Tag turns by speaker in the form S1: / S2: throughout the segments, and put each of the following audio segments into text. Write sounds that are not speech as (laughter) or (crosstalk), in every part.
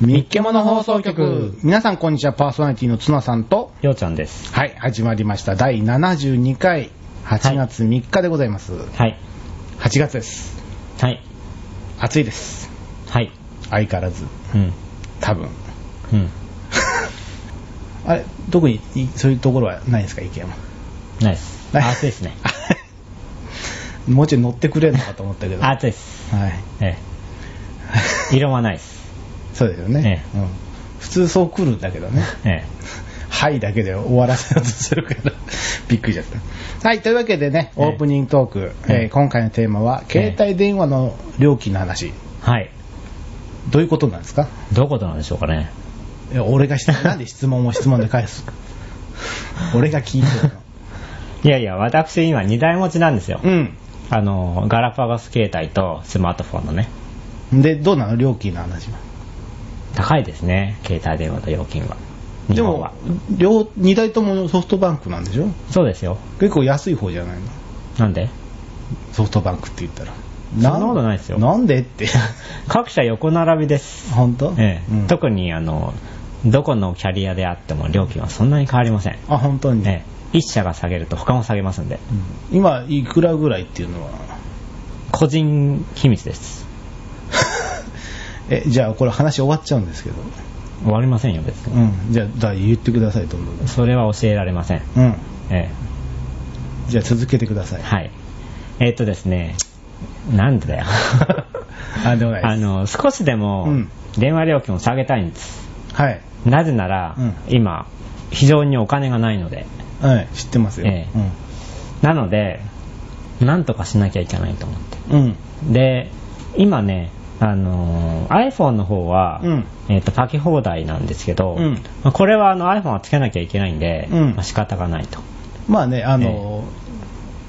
S1: 三毛物放送局。皆さんこんにちは、パーソナリティのツナさんと、
S2: ようちゃんです。
S1: はい、始まりました。第72回、8月3日でございます。
S2: はい。
S1: 8月です。
S2: はい。
S1: 暑いです。
S2: はい。
S1: 相変わらず、
S2: うん。
S1: 多分。
S2: うん。
S1: あれ、特にいそういうところはないですか、意見は。
S2: ナイス。 (laughs)
S1: ない
S2: 暑いですね。。
S1: (laughs) もうちょい乗ってくれるのかと思ったけど。はい。
S2: 暑いです。ええ。異論はないです。
S1: (laughs) そうですよね、
S2: え
S1: うん。普通そう来るんだけどね。
S2: え
S1: はいだけで終わらせようとするから、 (laughs) びっくりしちゃった。はい、というわけでね、
S2: ええ
S1: オープニングトーク、え
S2: え
S1: ー
S2: え
S1: 今回のテーマは、
S2: ええ
S1: 携帯電話の料金の話、
S2: え。はい。
S1: どういうことなんですか
S2: どういうことなんでしょうかね。
S1: いや俺が質問、なん (laughs) で質問を質問で返 (laughs) す俺が聞いてるの。
S2: いやいや、私今2台持ちなんですよ。
S1: う
S2: あの、ガラパゴス携帯とスマートフォンのね。
S1: ん。で、どうなの料金の話は。
S2: 高いですね。携帯電話の料金は。日
S1: で
S2: 本
S1: も
S2: は。、
S1: 両、2台ともソフトバンクなんでしょ
S2: そうですよ。
S1: 結構安い方じゃないの
S2: なんで
S1: ソフトバンクって言ったら。
S2: そんなことないですよ
S1: なんで (laughs) って。
S2: 各社横並びです。
S1: 本当
S2: ええ
S1: うん
S2: 特にあのどこのキャリアであっても料金はそんなに変わりません、
S1: あ、本当に。
S2: ええ、一社が下げると他も下げますんで
S1: うん今、いくらぐらいっていうのは (laughs)
S2: 個人秘密です
S1: えじゃあこれ話終わっちゃうんですけど、
S2: 終わりませんよ別に、
S1: うん、じゃあだ言ってくださいどんどんどん
S2: それは教えられません、
S1: うん
S2: え
S1: じゃあ続けてくださ
S2: え、
S1: い
S2: はいえっとですねなんでだよ
S1: (laughs) あでもないです
S2: あの少しでも
S1: うん
S2: 電話料金を下げたいんです、
S1: はい、
S2: なぜなら、
S1: うん
S2: 今非常にお金がないので
S1: はい、知ってますよ、
S2: ええなのでなんとかしなきゃいけないと思って
S1: うんうん
S2: で今ね、あのー iPhone の方は、
S1: うん
S2: えー、とパケ放題なんですけど、
S1: うん
S2: まあこれはあの iPhone はつけなきゃいけないんで、
S1: うん
S2: まあ仕方がないと
S1: まあねあの、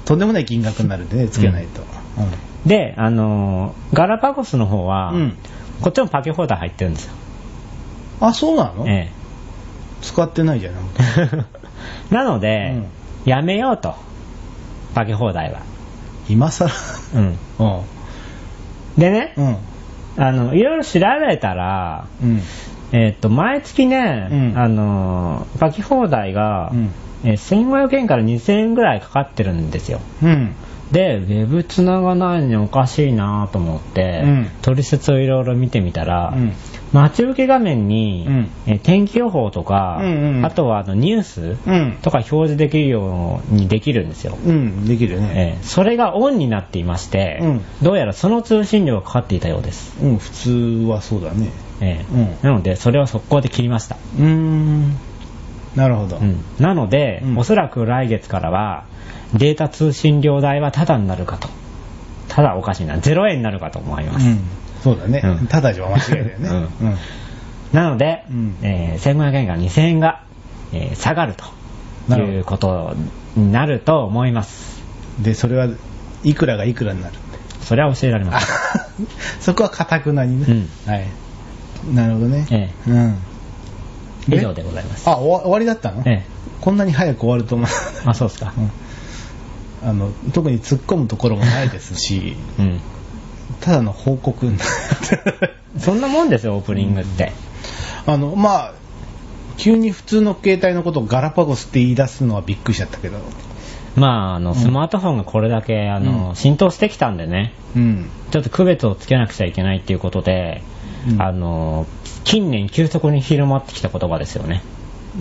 S1: とんでもない金額になるんでねつけないと、うん
S2: で、あのーガラパゴスの方は、
S1: うん
S2: こっちもパケ放題入ってるんですよ、
S1: あそうなの、
S2: え (laughs)
S1: 使ってないじゃんなんか
S2: えなので、
S1: うん
S2: やめようとパケ放題は、
S1: 今さら
S2: うん、
S1: うん
S2: でね、
S1: うん
S2: あのいろいろ調べたら
S1: うん
S2: えっと毎月ね、
S1: うん
S2: あのーパケ放題が、
S1: うん
S2: えー1500円から2000円ぐらいかかってるんですよ
S1: うん
S2: でウェブつながないのにおかしいなと思って、
S1: うん
S2: 取説をいろいろ見てみたら、
S1: うん
S2: 待ち受け画面に、
S1: うん
S2: えー天気予報とか、
S1: うんうんうん
S2: あとはあのニュース
S1: うん
S2: とか表示できるようにできるんですよ、
S1: うんできるよね、
S2: えーそれがオンになっていまして、
S1: うん
S2: どうやらその通信料がかかっていたようです、
S1: うん普通はそうだね
S2: えー
S1: うん
S2: なのでそれを速攻で切りました
S1: うーんなるほど、
S2: うんなので、
S1: うん
S2: おそらく来月からはデータ通信料代はタダになるかとただおかしいな0円になるかと思います、
S1: うん、そうだね、
S2: うん
S1: ただじゃ間違いだよね、
S2: うんなので、
S1: うん
S2: えー1500円から2000円が、えー下がると
S1: なるほど
S2: いうことになると思います
S1: うんでそれはいくらがいくらに
S2: (laughs)
S1: なる
S2: それは教えられま
S1: あ
S2: す
S1: そこはかたくなにね、はいなるほどね、
S2: え
S1: うん
S2: 以上でございます
S1: あ終わ終わりだったの、
S2: ええ
S1: こんなに早く終わると思う、
S2: あそうですか
S1: うん、あの特に突っ込むところもないですし
S2: うん
S1: ただの報告になる (laughs)
S2: そんなもんですよオープニングって、
S1: あのまあ急に普通の携帯のことをガラパゴスって言い出すのはびっくりしちゃったけど
S2: まああのスマートフォンがこれだけあの、
S1: うん
S2: 浸透してきたんでね
S1: うん
S2: ちょっと区別をつけなくちゃいけないっていうことで、
S1: うん
S2: あの近年急速に広まってきた言葉ですよね。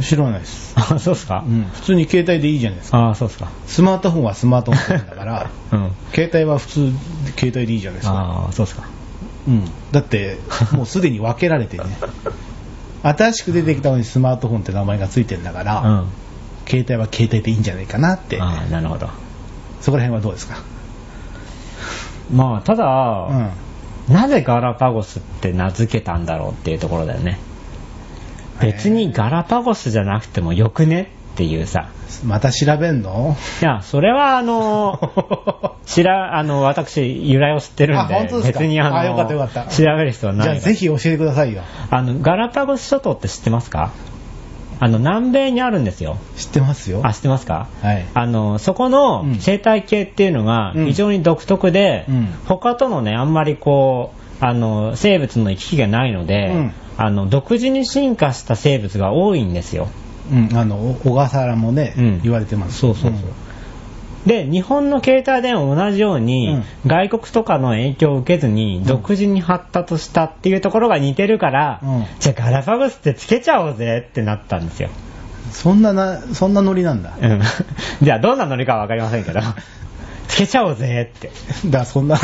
S1: 知らないです、
S2: あ、そうですか。
S1: うん、普通に携帯でいいじゃないですか
S2: あ、そうですか。
S1: スマートフォンはスマートフォンだから
S2: (laughs) うん。
S1: 携帯は普通携帯でいいじゃないですか、
S2: あ、そうですか。
S1: うん、だってもうすでに分けられてね新しく出てきたのにスマートフォンって名前がついてるんだから、
S2: うん。
S1: 携帯は携帯でいいんじゃないかなって
S2: あ、なるほど。
S1: そこら辺はどうですか、
S2: まあた
S1: う
S2: だ、
S1: ん、
S2: なぜガラパゴスって名付けたんだろうっていうところだよね。
S1: えー
S2: 別にガラパゴスじゃなくてもよくねっていうさ。
S1: また調べんの
S2: いや、それはあ (laughs) の知ら、あの、私、由来を知ってるんで、
S1: あ本当ですか
S2: 別にあの
S1: あよかったよかった
S2: 調べる必要は
S1: じ
S2: ない
S1: ゃ
S2: の
S1: あ
S2: で
S1: ぜひ教えてくださいよ
S2: あのガラパゴス諸島って知ってますかあの南米にあるんですよ
S1: 知ってますよ
S2: あ知ってますか
S1: はい
S2: あのそこの
S1: うん
S2: 生態系っていうのが
S1: うん
S2: 非常に独特で、
S1: うん
S2: 他とのねあんまりこうあの生物の行き来がないので、
S1: うん
S2: あの独自に進化した生物が多いんですよ。
S1: うん、あのお小笠原もね、
S2: うん
S1: 言われてます
S2: そうそうそうで、日本の携帯電話も同じように、
S1: う
S2: 外国とかの影響を受けずに、独自に発達したっていうところが似てるから、
S1: うん
S2: じゃあガラパゴスってつけちゃおうぜってなったんですよ。
S1: うんそんななそんなノリなんだだか
S2: うん。 (laughs) じゃあどんなノリかはわかりませんけど、 (laughs) つけちゃおうぜって。
S1: (laughs) らそんな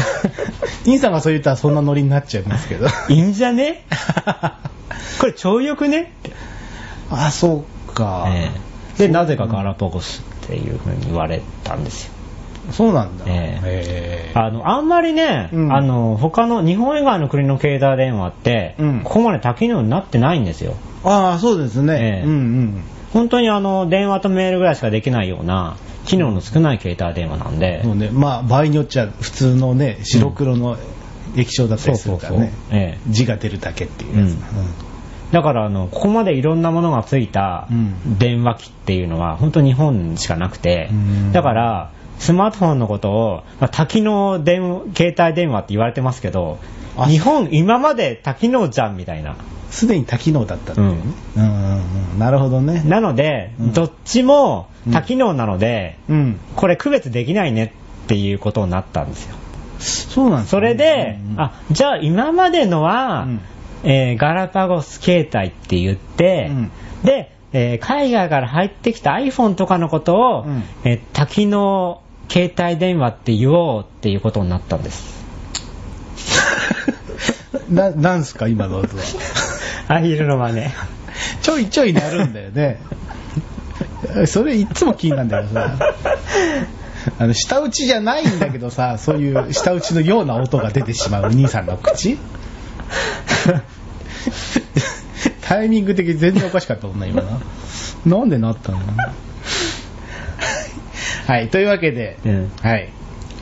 S1: 兄さんがそう言ったらそんなノリになっちゃいますけど
S2: いいんじゃねこれ超良くねって。
S1: (laughs) あそうか、
S2: ええで、なぜかガラパゴスっていうふうに言われたんですよ。
S1: そうなんだ、
S2: え
S1: へえ
S2: あの、あんまりね、
S1: うん
S2: あの、他の、日本以外の国の携帯電話って、
S1: うん
S2: ここまで多機能になってないんですよ。
S1: ああそうですね、
S2: ええ
S1: うんうん
S2: 本当にあの、電話とメールぐらいしかできないような、機能の少ない携帯電話なんで、
S1: そうね、まあ場合によっちゃ普通のね白黒の液晶だったりするからね、
S2: ええ
S1: 字が出るだけっていうやつだ、
S2: だからあの、ここまでいろんなものがついた
S1: うん
S2: 電話機っていうのは、本当日本しかなくて
S1: うん、
S2: だから、スマートフォンのことを、まあ多機能電話携帯電話って言われてますけど
S1: あ、
S2: 日本今まで多機能じゃんみたいな。
S1: すでに多機能だったっていうね、うん、うんうんなるほどね
S2: なので、
S1: うん
S2: どっちも多機能なので、
S1: うん
S2: これ区別できないねっていうことになったんですよ。
S1: そうなんですね
S2: それで
S1: うんう、ん
S2: あ、じゃあ今までの
S1: う
S2: は、
S1: ん
S2: えーガラパゴス携帯って言って、
S1: うん
S2: で、えー海外から入ってきた iPhone とかのことを、
S1: うん
S2: えー多機能携帯電話って言おうっていうことになったん (laughs) です。
S1: ななんすか今の音は
S2: アヒルの真似。
S1: ちょいちょいなるんだよねそれいつも気になるんだよさあの舌打ちじゃないんだけどさそういう舌打ちのような音が出てしまう兄さんの口タイミング的に全然おかしかったもんな今ななんでなったのかなはいというわけで、
S2: うん
S1: はい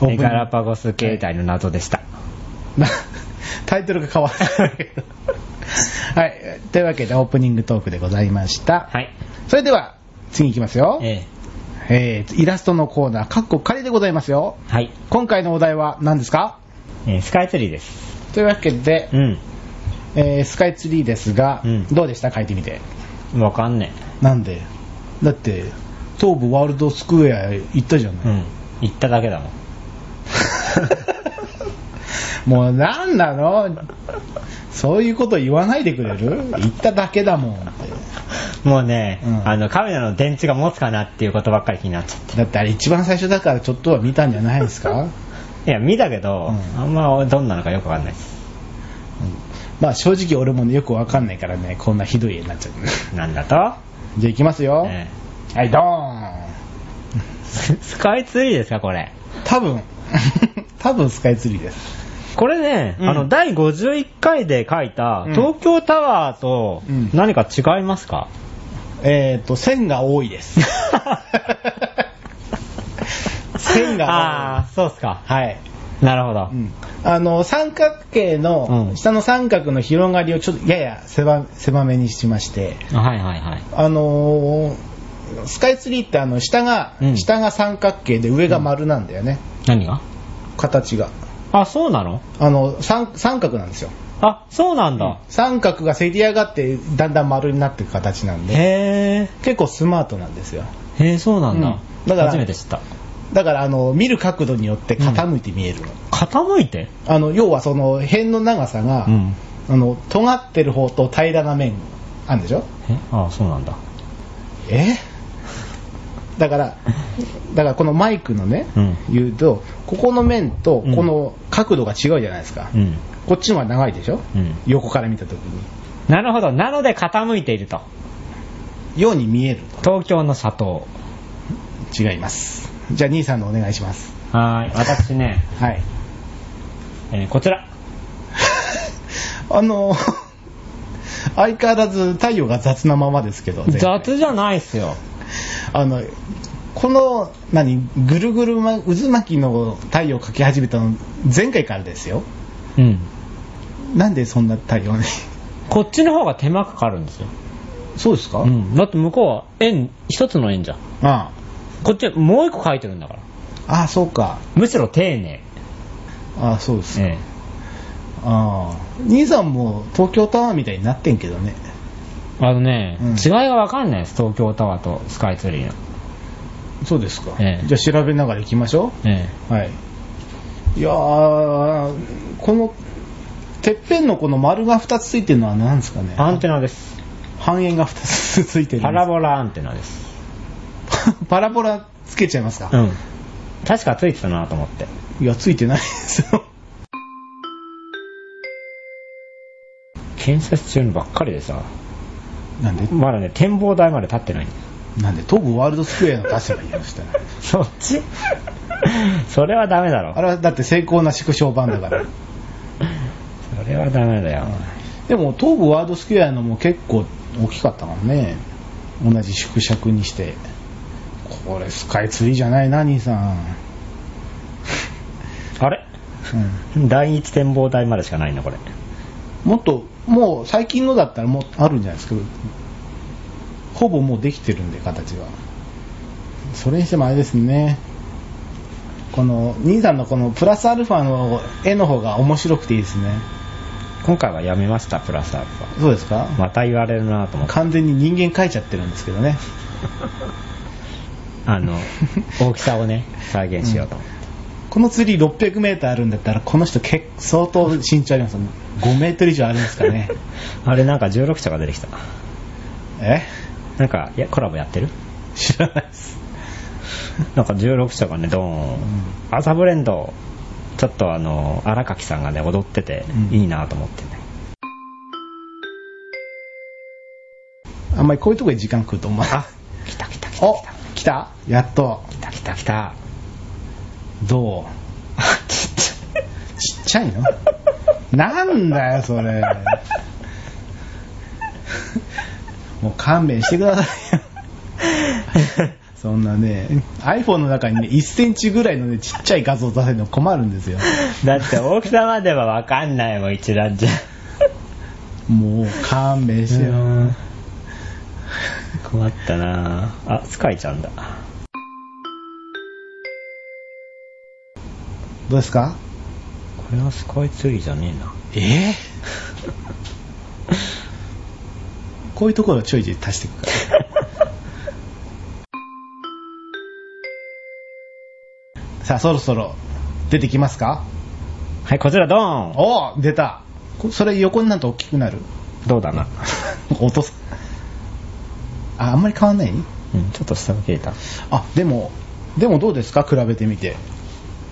S1: オー
S2: え
S1: プニン
S2: ー
S1: グ
S2: ガラパゴス携帯の謎でした。
S1: なタイトルが変わらないけど。はい。というわけで、オープニングトークでございました。
S2: はい。
S1: それでは、次行きますよ。え
S2: え
S1: ーイラストのコーナー、カッコ仮でございますよ。
S2: ーはい、
S1: 今回のお題は何ですか
S2: えースカイツリーです。
S1: というわけで、
S2: うん。
S1: えースカイツリーですが、
S2: うん
S1: どうでした書いてみて。
S2: わかんね
S1: なんでだって、東部ワールドスクエア行ったじゃない。
S2: え。うん。言っただけだもん。
S1: (laughs) もうなんなのそういうこと言わないでくれる行っただけだもんって。
S2: もうね、
S1: うん
S2: あのカメラの電池が持つかなっていうことばっかり気になっちゃっ
S1: だってあれ一番最初だからちょっとは見たんじゃないですか
S2: ていや見たけど、
S1: うん
S2: あんまどんなのかよくわかんないです
S1: まあ正直俺もねよくわかんないからねこんなひどい絵になっちゃうね
S2: なんだと、
S1: じゃあいきますよ、
S2: え (laughs)
S1: はいドーン
S2: えススカイツリーですかこれ
S1: 多分 (laughs) 多分スカイツリーです
S2: これね、
S1: うん
S2: あの第51回で書いた
S1: うん
S2: 東京タワーと
S1: うん
S2: 何か違いますか、
S1: えっ、と線が多いです
S2: (laughs)
S1: 線
S2: あ
S1: が
S2: あそうっすか
S1: 多いはい、
S2: なるほど、
S1: うん、あの三角形の、
S2: うん
S1: 下の三角の広がりをちょっとやや狭狭めにしまして
S2: あはいはいはい
S1: あのースカイツリーってあの下が、
S2: うん
S1: 下が三角形で上が丸なんだよね、
S2: 何が
S1: 形が
S2: あそうなの
S1: あの三三角なんですよ
S2: あそうなんだ、
S1: 三角がせり上がってだんだん丸になっていく形なんで
S2: へ
S1: 結構スマートなんですよ
S2: えへえそうなんだ、
S1: うんだから
S2: 初めて知った
S1: だからあの見る角度によって傾いて見えるの,、
S2: 傾いて
S1: あの要はその辺の長さが、
S2: うん
S1: あの尖ってる方と平らな面あるんでしょ
S2: えああそうなんだ
S1: えだからだからこのマイクのね、
S2: うん
S1: 言うとここの面とこの角度が違うじゃないですか、
S2: うん
S1: こっちの方が長いでしょ、
S2: うん
S1: 横から見た時に
S2: なるほど。なので傾いていると。
S1: ように見える
S2: 東京の砂糖。
S1: と違いますじゃあ兄さんのお願いします
S2: はーい。私ね、
S1: はい
S2: えーこちら。
S1: (laughs) あの相変わらず太陽が雑なままですけど全然
S2: 雑じゃないっすよ。
S1: あのこの何ぐるぐる、ま、渦巻きの太陽を描き始めたの前回からですよ
S2: うん。
S1: なんでそんな太陽に
S2: こっちの方が手間かかるんですよ。
S1: そうですか、
S2: うん。だって向こうは円、一つの円じゃん。
S1: あ
S2: こっちはもう一個書いてるんだから。
S1: あああそうか
S2: むしろ丁寧。
S1: ああそうです、
S2: ええ
S1: ああ兄さんも東京タワーみたいになってんけどね
S2: あのね、
S1: うん
S2: 違いが分かんないです、東京タワーとスカイツリーの。
S1: そうですか、
S2: ええ
S1: じゃあ調べながら行きましょ
S2: え
S1: うはいいやーこのてっぺんのこの丸が2つついてるのは何ですかね
S2: え、アンテナです。
S1: 半円が2つついてるんです
S2: パラボラアンテナです。
S1: (laughs) パラボラつけちゃいますか、
S2: うん。確かついてたなと思って。
S1: いやついてないですよ (laughs)
S2: 建設中のばっかりでさ、
S1: なんで
S2: まだね、展望台まで立ってないんだ
S1: なんで東武ワールドスクエアの出せばいいのしたら
S2: そっち (laughs) それはダメだろ
S1: あ。れはだって成功な縮小版だから
S2: それはダメだよ。
S1: でも東武ワールドスクエアのも結構大きかったからね同じ縮尺にしてこれスカイツリーじゃないな兄さん、
S2: あれ第一展望台までしかないのこれ。
S1: うん、もっともう最近のだったらもうあるんじゃないですかほぼもうできてるんで形はそれにしてもあれですねこの兄さんのこのプラスアルファの絵の方が面白くていいですね
S2: 今回はやめました、プラスアルフ
S1: そうですか
S2: ァ。また言われるなと思って。
S1: 完全に人間描いちゃってるんですけどね
S2: あ (laughs) の、大きさをね、再現しようと思って。
S1: このツリー600メーターあるんだったら、この人結構相当身長ありますよね。5メートル以上あるんですかね。 (laughs)
S2: あれなんか16社が出てきた。
S1: え
S2: なんか、いや、コラボや (laughs) ってる
S1: 知らないです。
S2: なんか16社がね、ドーン。朝ブレンド、ちょっとあの、荒垣さんがね、踊ってて
S1: う、ん
S2: いいなと思ってね。
S1: あんまりこういうとこで時間食うと思わない。
S2: 来た来た来た
S1: お
S2: 来
S1: 来たやっと。
S2: た来た来た。
S1: ど
S2: あちっちゃいう
S1: ちっちゃ
S2: (laughs)
S1: いのなんだよ、それ。もう勘弁してくださいよ。 (laughs) そんなね、iPhone の中にね、1センチぐらいのね、ちっちゃい画像出せるの困るんですよ。
S2: (laughs) だって大きさまでは分かんないもん一覧じゃ
S1: もう勘弁してよ。
S2: (laughs) 困ったなあスカイちゃんだ
S1: どうですか
S2: これはスカイツリーじゃねえな
S1: え (laughs) こういうところをちょいちょい足していくから。さあ、そろそろ出てきますか
S2: はいこちらドーン
S1: おお出たこそれ横になると大きくなる (laughs)
S2: どうだな、
S1: 落とす。あ、あんまり変わんない
S2: うん、ちょっと下が切れた
S1: あ、でも、でもどうですか比べてみて。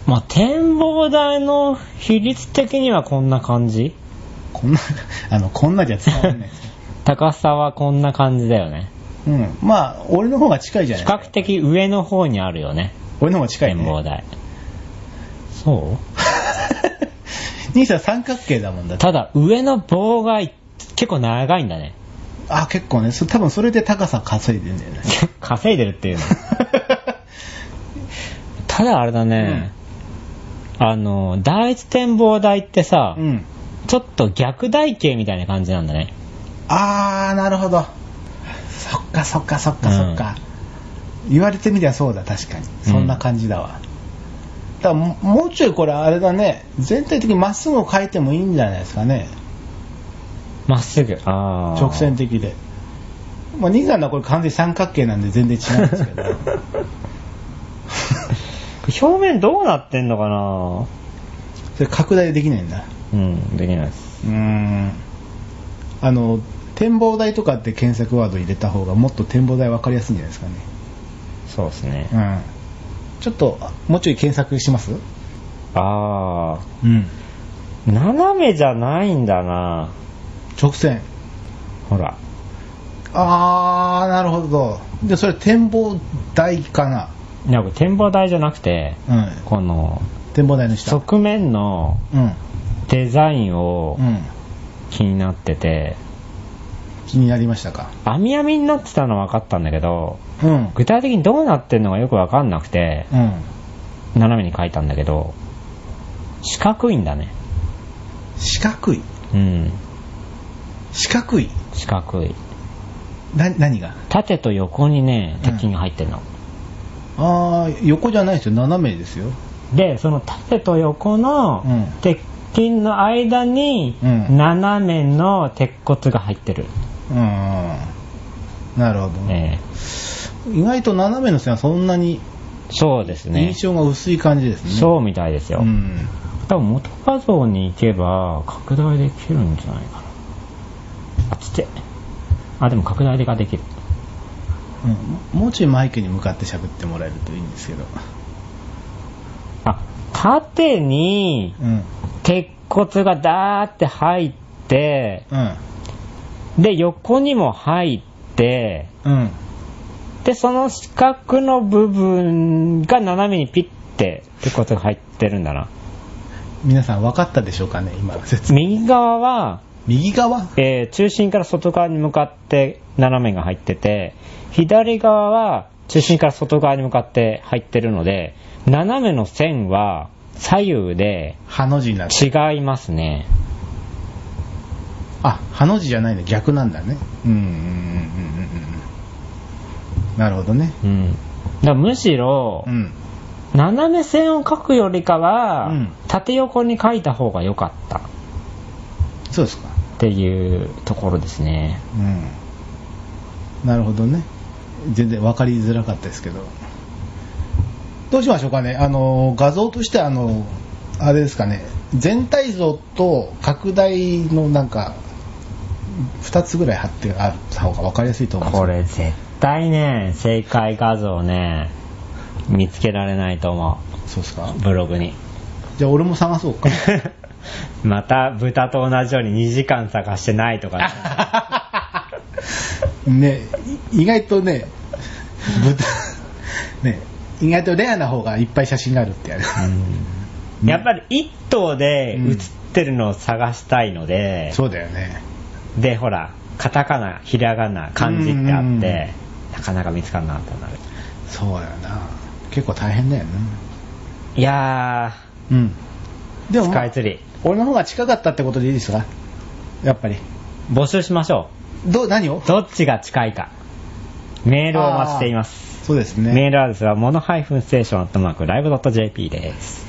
S2: まあ展望台の比率的にはこんな感じ
S1: こんな、 (laughs) あの、こんなじゃ伝わらないです (laughs) け
S2: 高さはこんな感じだよね
S1: どうん。まあ、俺の方が近いじゃな
S2: 比
S1: いですか。
S2: 較的上の方にあるよね
S1: 俺の方が近い
S2: 展
S1: ね。
S2: 望台そ
S1: (laughs) 兄さん三角形だもんだ
S2: う
S1: って
S2: ただ上の棒が結構長いんだね (laughs)
S1: あ結構ねそ多分それで高さ稼いでんだ (laughs) よね
S2: 稼いでるっていうのただあれだね、あの、第一展望台ってさ、
S1: うん
S2: ちょっと逆台形みたいな感じなんだね。
S1: あーなるほどそっかそっかそっかそっか、言われてみりゃそうだ確かにそんな感じだわ、だからももうちょいこれあれだね全体的にまっすぐを変えてもいいんじゃないですかね
S2: まっすぐ。あー
S1: 直線。的でまあ兄さんのはこれ完全に三角形なんで全然違うんですけど
S2: (laughs)
S1: (laughs)
S2: 表面どうなってんのかな
S1: それ拡大できないんだ
S2: うん、できないです。
S1: うーんあの展望台とかって検索ワード入れた方がもっと展望台分かりやすいんじゃないですかね
S2: そうですね。
S1: うんちょっとあもうちょい検索します
S2: あ
S1: うん
S2: ー、斜めじゃないんだな
S1: 直線
S2: ほら。
S1: あーなるほどでそれ展望台かな
S2: なんか展望台じゃなくて、
S1: うん
S2: この、
S1: 展望台の下
S2: 側面の
S1: うん
S2: デザインを
S1: うん
S2: 気になってて、
S1: 気になりましたか
S2: 網やみになってたのは分かったんだけど、
S1: うん
S2: 具体的にどうなってんのかよく分かんなくて、
S1: うん
S2: 斜めに書いたんだけど、四角いんだね。
S1: 四角い
S2: うん。
S1: 四角い
S2: 四角い。
S1: な何が
S2: 縦と横にね、鉄筋が入ってるの。
S1: あー横じゃないですよ斜めですよ
S2: で、その縦と横の、
S1: うん
S2: て筋の間に
S1: うん
S2: 斜めの鉄骨が入ってる、
S1: うんなるほど、
S2: え
S1: 意外と斜めの線はそんなに
S2: えそうですね
S1: 印象が薄い感じですね
S2: そうみたいですよ、
S1: うん
S2: 多分元画像に行けば拡大できるんじゃないかなあちっちゃいあでも拡大ができる
S1: うんもうちょいマイクに向かって喋ってもらえるといいんですけど、
S2: あ縦に
S1: うん、
S2: 鉄骨がダーって入って
S1: うん、
S2: で横にも入って
S1: うん、
S2: でその四角の部分が斜めにピッて鉄骨が入ってるんだな
S1: 皆さん分かったでしょうかね、今の説明。
S2: 右側は、
S1: 右側
S2: えー中心から外側に向かって斜めが入ってて左側は中心から外側に向かって入ってるので斜めの線は左右で
S1: ハの字になってる。
S2: 違いますね
S1: あ、ハの字じゃないね、逆なんだね。うん、うん、うん、うん、うん。なるほどね。
S2: うんだからむしろ、
S1: うん。
S2: 斜め線を描くよりかは、
S1: うん
S2: 縦横に描いた方が良かったっ
S1: そうですか。
S2: ていうところですね
S1: うん。なるほどね。全然分かりづらかったですけど。どうしましょうかね。あの、画像としてあの、あれですかね。全体像と拡大のなんか、2つぐらい貼ってあった方が分かりやすいと思うんです
S2: これ絶対ね正解画像ね見つけられないと思
S1: そうですか
S2: うブログに
S1: じゃあ俺も探そうか。
S2: (laughs) また豚と同じように2時間探してないとか、ね、
S1: (laughs) ね、い意外とね、豚、ね、意外とレアな方がいっぱい写真があるってやる。
S2: うんやっぱり1頭で写ってるのを探したいので、
S1: そうだよね。
S2: でほらカタカナひらがな漢字ってあ
S1: うんうんうん
S2: ってなかなか見つかんなってなる
S1: そうだよな。結構大変だよね。
S2: いや
S1: うん。で
S2: ー、
S1: も、
S2: スカイツリ
S1: 俺の方が近かったってことでいいですかやっぱり。
S2: ー、募集しましょ
S1: どう、何を
S2: う。どっちが近いか。メールをお待ちしています。
S1: そうですね。
S2: メールアドレスは、モノハイフンステーションアットマーク、ライブドット JP です。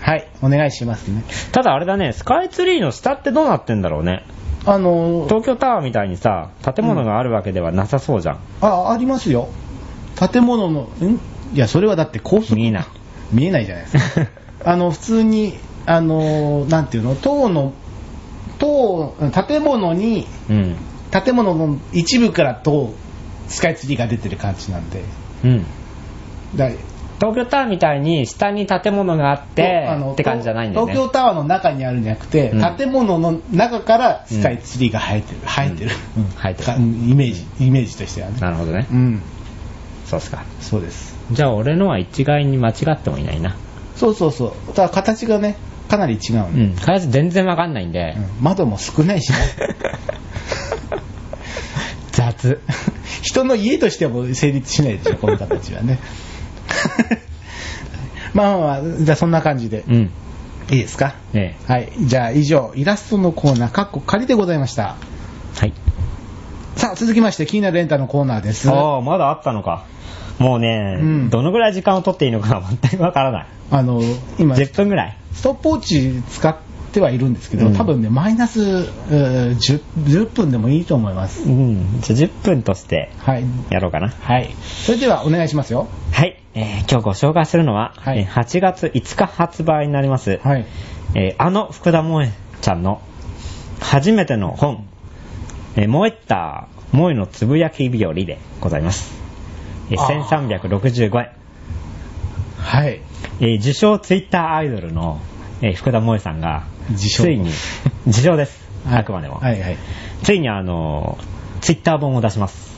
S1: はい、お願いしますね。
S2: ただあれだね、スカイツリーの下ってどうなってんだろうね。
S1: あのー
S2: 東京タワーみたいにさ、建物があるわけではなさそうじゃん。
S1: あ、ありますよ。建物の、んいや、それはだって高速
S2: 見えない。
S1: 見えないじゃないですか。
S2: (laughs)
S1: あの普通にあのなんていうの塔の塔建物に
S2: うん。
S1: 建物の一部から塔スカイツリーが出てる感じなんで
S2: うん。
S1: だ
S2: 東京タワーみたいに下に建物があって、
S1: とあの
S2: って感じじゃないんだよね。
S1: 東京タワーの中にあるんじゃなくて、
S2: うん
S1: 建物の中からスカイツリーが生えてる、生えてる、
S2: うん生えてる
S1: かうんイメージイメージとしてはね
S2: なるほどね。
S1: うん
S2: そうっすか。
S1: そうです
S2: じゃあ俺のは一概に間違ってもいないな。
S1: そうそうそうただ形がねかなり違うの、
S2: うん。開発全然わかんないんで。
S1: うん窓も少ないしね
S2: (laughs) 雑。
S1: 人の家としても成立しないでしょ、この形
S2: (laughs)
S1: はね。まあまあまあ、じゃあそんな感じで
S2: う、ん。
S1: いいですか。
S2: え
S1: はい、じゃあ以上、イラストのコーナー、かっこ仮でございました。
S2: え。はい。
S1: さあ、続きまして、気になるレンタのコーナーです。あ
S2: ああ、まだあったのか。もうね、
S1: うん
S2: どのぐらい時間を取っていいのか全くわからない。
S1: の、今、ス
S2: 10分ぐらい。
S1: トップウォッチ使ってはいるんですけど、
S2: うん
S1: 多分ね、マイナス、えー 10, 10分でもいいと思います。
S2: うん。じゃあ10分として
S1: はい。
S2: やろうかな。
S1: はい。それでは、お願いしますよ。
S2: はい。えー今日ご紹介するのは、
S1: はい
S2: えー8月5日発売になります、
S1: はい。
S2: えーあの福田萌ちゃんの初めての本、えー萌えった萌えのつぶやき日和でございます。えー
S1: あ
S2: 1365円。
S1: はい。
S2: えー自称ツイッターアイドルの、えー福田萌さんが、
S1: 自称
S2: ついに、自称です。
S1: はい
S2: あくまでも。
S1: はいはい。
S2: ついにあの、ツイッター本を出します。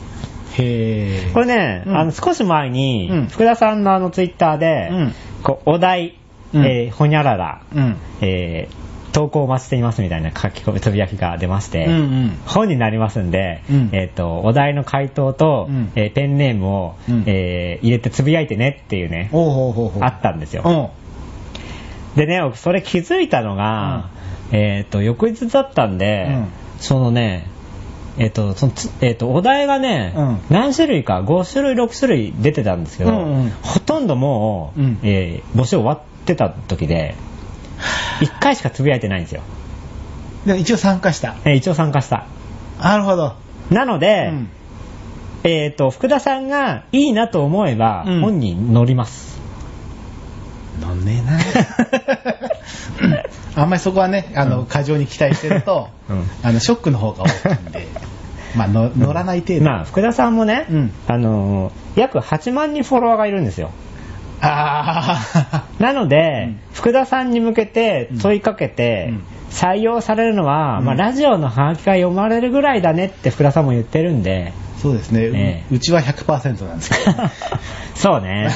S1: へー
S2: これね、
S1: うん
S2: あの少し前に、
S1: うん
S2: 福田さんのあのツイッターで、
S1: うん
S2: こうお題、
S1: うん
S2: えーほにゃらら、
S1: うん。
S2: えー投稿をお待ちしていますみたいな書き込み、つぶやきが出まして、
S1: うんうん。
S2: 本になりますんで、
S1: うん
S2: えっ、と、お題の回答と、
S1: うん
S2: えーペンネームを、
S1: うん
S2: えー入れてつぶやいてねっていうね、
S1: おうほうほうほう。
S2: あったんですよ。
S1: うん。
S2: でね、僕それ気づいたのが、えっ、と、翌日だったんで、
S1: うん
S2: そのね、えっ、と、そのつえーと、お題がね、
S1: うん
S2: 何種類か、5種類、6種類出てたんですけど、
S1: うんうん
S2: ほとんどもう、
S1: うん
S2: えー募集終わってた時で、 1回しかつぶやいてないんですよ。
S1: でも一応参加した。
S2: えー一応参加した。
S1: なるほど。
S2: なの
S1: う
S2: で、
S1: ん。
S2: えっ、と、福田さんがいいなと思えば、
S1: うん
S2: 本人乗ります。
S1: 飲んねえな。 (laughs) あんまりそこはね、あの、過剰に期待してると、
S2: (laughs) うん
S1: あの、ショックの方が大きいん
S2: (laughs)
S1: で、まあ、の乗らない程度。
S2: まあ、福田さんもね、
S1: うん
S2: あのー約8万人フォロワーがいるんですよ。
S1: あ
S2: なので、
S1: うん
S2: 福田さんに向けて問いかけて、
S1: うん
S2: 採用されるのは、
S1: うん
S2: まあ、ラジオのハガキが読まれるぐらいだねって福田さんも言ってるんで、
S1: (laughs) ーそうですね、
S2: ね
S1: ううちは100%なんですけど、
S2: そうね、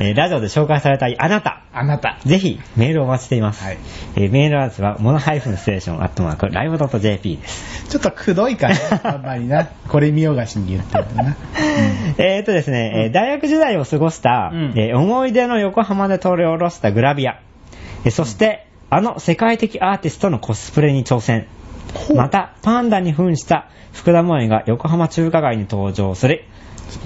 S2: えーラジオで紹介されたいあなた、
S1: あなた。
S2: ぜひメールをお待ちしていま
S1: (laughs)
S2: す。
S1: はい
S2: えーメールアドレスは、モノハイフンステーションアットマーク、ライブドット JP です。
S1: ちょっとくどいからね、あんまりな。これ見よがしに言ってるとな。
S2: えーっとですね、えー大学時代を過ごした、
S1: うん
S2: えー思い出の横浜で通り下ろしたグラビア、えーそして、あの世界的アーティストのコスプレに挑戦
S1: ほう
S2: (laughs) またパンダに扮した福田萌が横浜中華街に登場する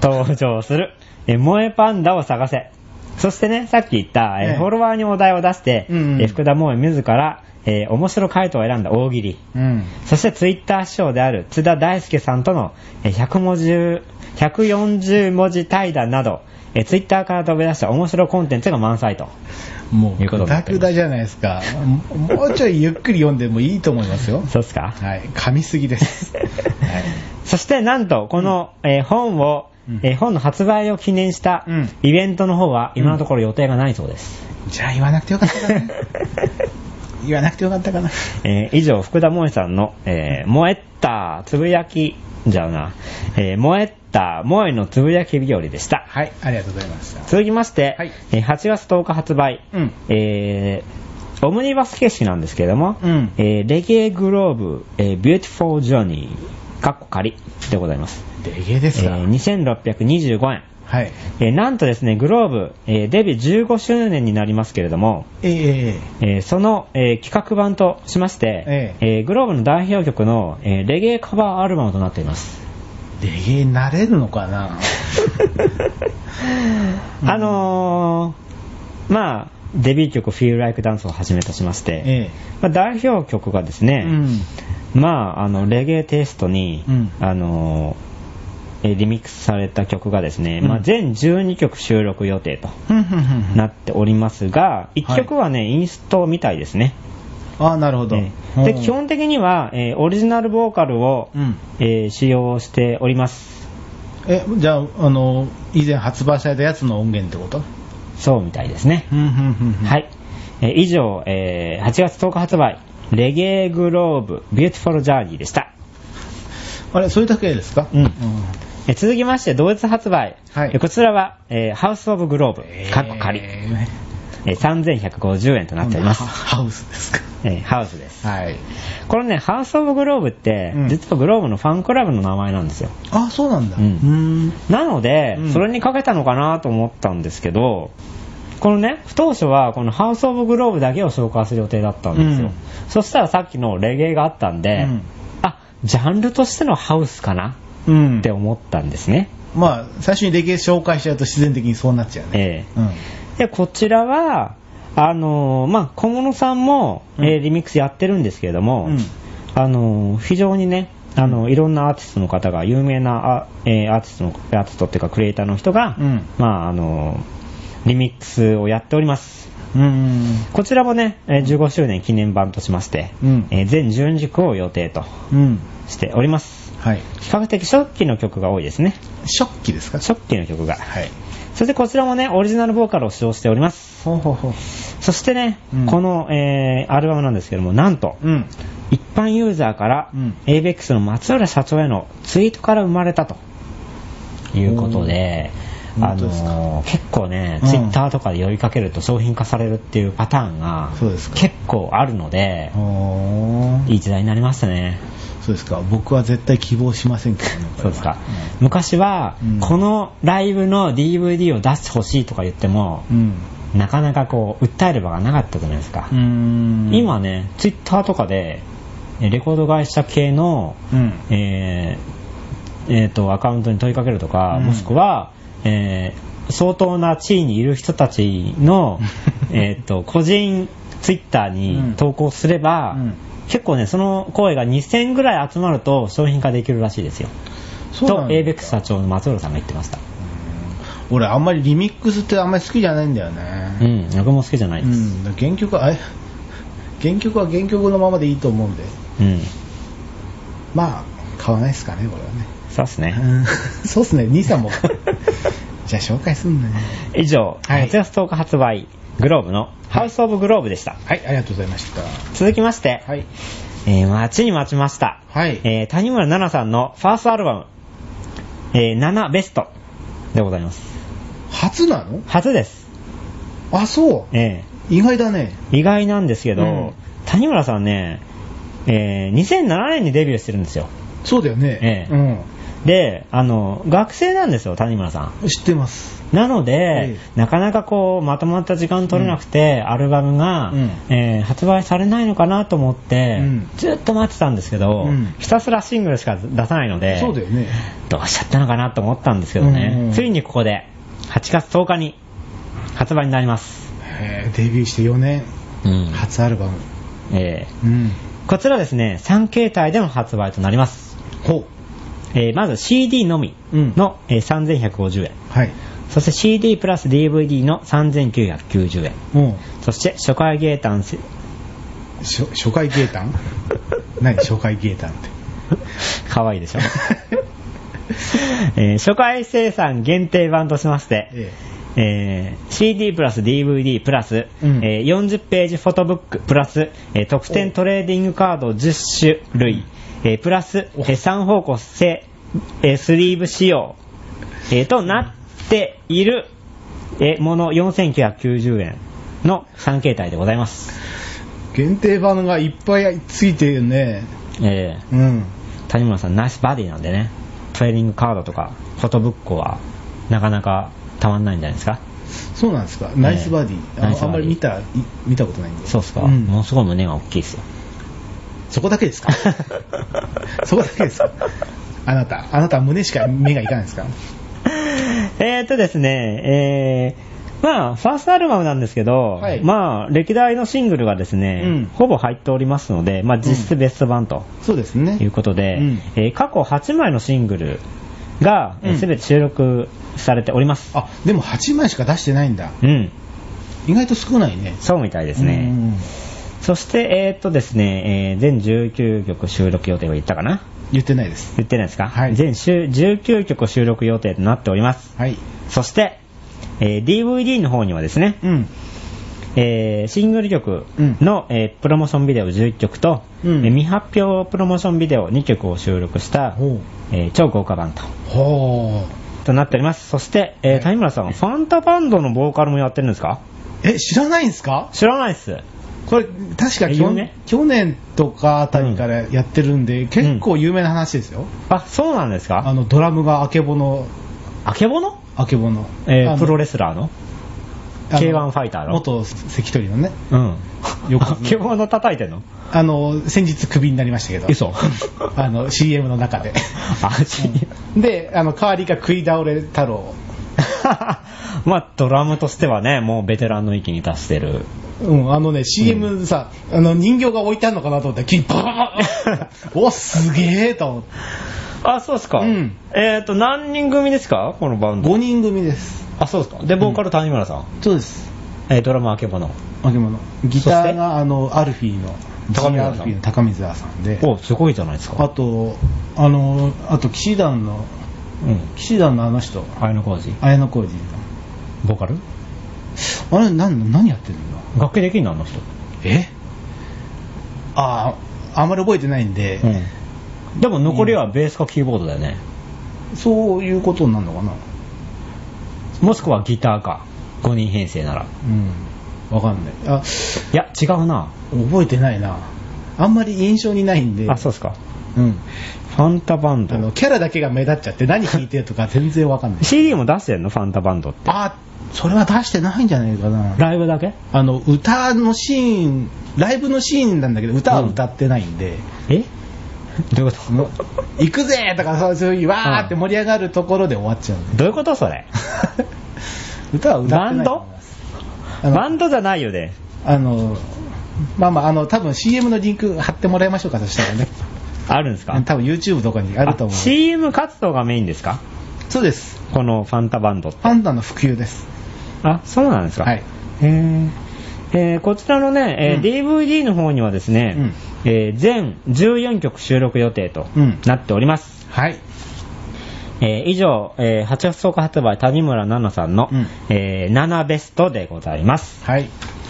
S2: 登場するえー萌えパンダを探せそしてねさっき言った、えー
S1: ええ
S2: フォロワーにお題を出して、
S1: うんうん
S2: えー福田萌自ら、えー面白回答を選んだ大喜利
S1: うん。うん。
S2: そしてツイッター師匠である津田大介さんとのえー100文字、140文字対談など、えーツイッターから飛び出した面白コンテンツが満載と。
S1: もう、
S2: いうこ
S1: グ
S2: とにな
S1: ダ
S2: ってます
S1: グダじゃないですか。ももうちょいゆっくり読んでもいいと思いますよ。
S2: (laughs) そうですか
S1: はい。噛みすぎ
S2: (laughs)
S1: です。はい。
S2: そしてなんと、この、えー本を、
S1: うん
S2: えー本の発売を記念した
S1: うん
S2: イベントの方は今のところ予定がないそう
S1: (laughs)
S2: です。
S1: じゃあ言わなくてよかったか
S2: (laughs)
S1: な。言わなくてよかったかな。
S2: えー以上、福田萌さんの、えー、萌えったつぶやき、じゃあな、えー萌えった萌えのつぶやき日和でした。
S1: はい。ありがとうございました。
S2: 続きまして、
S1: はい
S2: えー8月10日発売、
S1: うん
S2: えーオムニバス形式なんですけれども、
S1: うん
S2: えーレゲエグローブ、えー、Beautiful Journey、カッコ仮でございます。
S1: レゲエです
S2: え
S1: が。
S2: ー2625円。
S1: はい。
S2: えーなんとですね、グローブ、えーデビュー15周年になりますけれども、
S1: えええ
S2: えーその、えー企画版としまして、
S1: え
S2: えーグローブの代表曲の、えーレゲエカバーアルバムとなっています。
S1: えレゲエになれるのかな
S2: あのーまあ、デビュー曲 Feel Like Dance をはじめとしまして、
S1: ええ
S2: まあ、代表曲がです
S1: う
S2: ね、
S1: ん。
S2: まあ、あのレゲエテイストに、
S1: うん
S2: あのーえーリミックスされた曲がですね、
S1: うん
S2: まあ、全12曲収録予定と
S1: ふんふんふんふん
S2: なっておりますが、1曲はね、インストみたいですね。
S1: ああ、なるほど。
S2: えーで
S1: うん
S2: 基本的には、えーオリジナルボーカルを、
S1: うん
S2: えー使用しております。
S1: え、じゃあ、あの、以前発売されたやつの音源ってこと
S2: そうみたいですね。
S1: うん、うん、うん。
S2: はい。えー以上、えー8月10日発売、レゲエグローブ、ビューティフォルジャーニーでした。
S1: あれ、それだけですか
S2: うんえー続きまして、同日発売。
S1: はい
S2: えーこちらは、えーハウス・オブ・グローブ
S1: え、ー
S2: カッコ仮。えー3150円となっております。
S1: ハハウスですか。
S2: えーハウスです。
S1: はい。
S2: これね、ハウス・オブ・グローブって、
S1: うん
S2: 実はグローブのファンクラブの名前なんですよ。
S1: あ、そうなんだ。
S2: うん
S1: ん。
S2: なので、
S1: うん
S2: それにかけたのかなと思ったんですけど、このね、当初はこのハウス・オブ・グローブだけを紹介する予定だったんですよ。そしたらさっきのレゲエがあったんで、
S1: うん
S2: あ、ジャンルとしてのハウスかな
S1: うん
S2: って思ったんですね。
S1: まあ、最初にレゲエ紹介しちゃうと自然的にそうなっちゃうね。
S2: ええで、こちらは、あのーまあ、小物さんも、
S1: うん
S2: えーリミックスやってるんですけれども、
S1: うん
S2: あのー非常にね、あのいろんなアーティストの方が、有名なあ、えーアーティストの、アーティストっていうかクリエイターの人が、
S1: うん
S2: まあ、あのーリミックスをやっております。
S1: うん。うん。
S2: こちらもね、えー15周年記念版としまして、
S1: うん
S2: えー全12曲を予定と
S1: うん。
S2: しております。
S1: はい。
S2: 比較的初期の曲が多いですね。
S1: 食器ですか
S2: 初期の曲が。
S1: はい。
S2: そしてこちらもね、オリジナルボーカルを使用しております。
S1: ほうほうほう。
S2: そしてね、
S1: うん
S2: この、えーアルバムなんですけども、なんと、
S1: うん。
S2: 一般ユーザーから、
S1: うん
S2: ABEX の松浦社長へのツイートから生まれたということで、
S1: おー
S2: あ
S1: 本当ですか
S2: のー結構ね、
S1: うん
S2: ツイッターとかで呼びかけると商品化されるっていうパターンが
S1: そうですか
S2: 結構あるので、
S1: ほー
S2: いい時代になりましたね。
S1: そうですか。僕は絶対希望しませんけどね。これは
S2: そうですか。昔は、
S1: うん
S2: このライブの DVD を出してほしいとか言っても、
S1: うん。
S2: なかなかこう、訴える場がなかったじゃないですか。
S1: うん。
S2: 今ね、ツイッターとかで、えレコード会社系の、
S1: うん。
S2: えーえーと、アカウントに問いかけるとか、
S1: うん
S2: もしくは、
S1: (laughs)
S2: えー相当な地位にいる人たちの、えーと、個人ツイッター
S1: うん
S2: に投稿すれば、
S1: うん
S2: 結構ね、その声が2000ぐらい集まると商品化できるらしいですよ。
S1: そうな
S2: と
S1: ん、だ
S2: エイベックス社長の松浦さんが言ってました。
S1: 俺あんまりリミックスってあんまり好きじゃないんだよね
S2: うん、僕も好きじゃないで
S1: う
S2: す。
S1: ん、原曲はあれ原曲は原曲のままでいいと思うんで
S2: うん。
S1: まあ買わないですかねこれはね
S2: そうっすね。
S1: うんそうっすね兄さん (laughs) もじゃあ紹介すんね
S2: (laughs) 以上、
S1: はい
S2: 8月10日発売、グローブのハウス・オブ・グローブでした。
S1: はいありがとうございました
S2: 続きまして、
S1: はい
S2: えー待ちに待ちました、
S1: はい
S2: えー谷村奈々さんのファーストアルバム、えー、7ベストでございます。
S1: 初なの
S2: 初です。
S1: あそう
S2: え
S1: 意外だね
S2: ー意外なんですけど、
S1: うん
S2: 谷村さんね、えー2007年にデビューしてるんですよ。
S1: そうだよね
S2: ええで、あの、学生なんですよ、谷村さん。
S1: うん知ってます
S2: なの
S1: え
S2: で、なかなかこうまとまった時間取れなくて、アルバムが、
S1: うん
S2: えー発売されないのかなと思って、
S1: うん
S2: ずっと待ってたんですけど、
S1: うん
S2: ひたすらシングルしか出さないので
S1: そうだよね
S2: どうしちゃったのかなと思ったんですけどね、
S1: うんうん
S2: ついにここで8月10日に発売になります、
S1: へえデビューして4年
S2: うん
S1: 初アルバム
S2: え
S1: うん
S2: ーこちらですね3形態での発売となります、
S1: ほ
S2: えーまず CD のみの、えー3150円
S1: うはい
S2: そして CD プラス DVD の3990円
S1: うん
S2: そして初回芸誕せ (laughs)
S1: しょ初回ゲータン何初回ゲータンって
S2: かわいいでしょ、えー初回生産限定版としまして、
S1: え
S2: えー CD プラス DVD プラス、
S1: うん
S2: えー40ページフォトブックプラス、えー特典トレーディングカード10種類、えープラス、えー3方向性、えースリーブ仕様、えーとなっている、えーもの4990円の3形態でございます、
S1: 限定版がいっぱいついてるね
S2: えー
S1: うん
S2: 谷村さんナイスバディなんでねトレーディングカードとかフォトブックはなかなかたまんないんじゃないですか
S1: そうなんですかナイスバディ、あ
S2: ナイ
S1: の
S2: ス
S1: あん
S2: バディ
S1: まり見たい見たことないんで
S2: そうっすか、
S1: ん
S2: ものすごい胸が大きいですよ
S1: そこだけです
S2: (laughs)
S1: かそこだけですかあなたあなたは胸しか目がいかないですか
S2: (laughs) えーっとですねえーまあ、ファーストアルバムなんですけど、
S1: はい
S2: まあ、歴代のシングルがですね、
S1: うん
S2: ほぼ入っておりますので、まあ、実質ベスト版と
S1: そうですね
S2: いうことで、
S1: うん
S2: えー過去8枚のシングルが、えー
S1: うん
S2: 全て収録されております。
S1: あでも8枚しか出してないんだ
S2: うん、
S1: 意外と少ないね
S2: そうみたいですね。
S1: うん
S2: そして、えーっとですね、えー全19曲収録予定を言ったかな
S1: 言ってないです
S2: 言ってないですか、
S1: はい
S2: 全週19曲収録予定となっております。
S1: はい
S2: そして、えー DVD の方にはですね、
S1: うん
S2: えーシングル曲の、えープロモーションビデオ11曲と、
S1: うん
S2: えー未発表プロモーションビデオ2曲を収録した、
S1: ほう
S2: えー超豪華版と
S1: ほ
S2: となっております。そして、えー
S1: はい
S2: 谷村さんはファンタバンドのボーカルもやってるんですか
S1: うえ知らないんですか
S2: 知らないっす。
S1: これ確か
S2: え
S1: 去
S2: 有名
S1: 去年とかあたりからやってるんで、結構有名な話ですよ、
S2: あ、そうなんです
S1: あ
S2: か
S1: のドラムがあけぼの
S2: あけぼの、
S1: あけぼの、
S2: えー
S1: あの
S2: プロレスラーの
S1: あの
S2: K1 ファイターの
S1: 元関取のね
S2: うん。
S1: よ
S2: よ
S1: く
S2: く。獣叩いてんの (laughs)
S1: あの先日クビになりましたけど
S2: 嘘
S1: (laughs) あの CM の中で
S2: あ、し。
S1: であの代わりが食い倒れ太郎
S2: まあ、ドラムとしてはね、もうベテランの域に達してる。
S1: うん、あのね、CM さ、あの人形が置いてあるのかな
S2: (laughs)
S1: と思ったら、急にバババババお、すげえと思って。
S2: あ、そうですか。
S1: うん
S2: えっ、と、何人組ですかこのバンド。
S1: 5人組です。
S2: あ、そうですか。で、ボーカル谷村さん。
S1: そうです。
S2: えードラムあけぼの。
S1: あけもの。ギタ
S2: そ
S1: ー
S2: して
S1: が、あの、アルフィーの、
S2: 高見
S1: G
S2: 沢
S1: アル
S2: さん
S1: フィーの高見沢さんで、
S2: お、すごいじゃないですか。
S1: あと、あの、あと、騎士団の、
S2: うん。
S1: 騎士団のあの人、
S2: 綾野浩二。
S1: 綾小路
S2: ボーカル
S1: あれ、なん何やってるんだ
S2: 楽器できんのあの人。
S1: えああ、あんまり覚えてないんで、
S2: うん。でも残りはベースかキーボードだよね。
S1: そういうことになるのかな
S2: もしくはギターか。5人編成なら。
S1: うん。わかんない。あ、
S2: いや、違うな。
S1: 覚えてないなあんまり印象にないんで
S2: あ、そうですか。
S1: うん、
S2: ファンタバンド
S1: あ。のキャラだけが目立っちゃって何弾いてるとか (laughs) 全然わかんない
S2: CD も出してんのファンタバンドって。
S1: あそれは出してないんじゃないかな
S2: ライブだけ
S1: あの歌のシーンライブのシーンなんだけど歌は歌ってないんで、
S2: えどういうこ
S1: もう行くぜとかそうそういうわーって盛り上がるところで終わっちゃう、
S2: とどういうことそれ
S1: (laughs) 歌は歌ってないと思いますあの
S2: バンドじゃないよね。
S1: あのまあまあ、あの、多分 CM のリンク貼ってもらいましょうか、そしたらね。
S2: あるんですか
S1: 多分 YouTube とかにあると思
S2: あ
S1: う。
S2: CM 活動がメインですか
S1: そうです。
S2: このファンタバンドって
S1: パンダの普及です。
S2: あそうなんですか
S1: はい
S2: へーえーこちらのね、えー
S1: うん
S2: DVD の方にはですね、えー全14曲収録予定と
S1: うん
S2: なっております、
S1: はい。
S2: えー以上、えー8月10日発売谷村奈々さんの、
S1: うん
S2: えー7ベストでございます
S1: はい。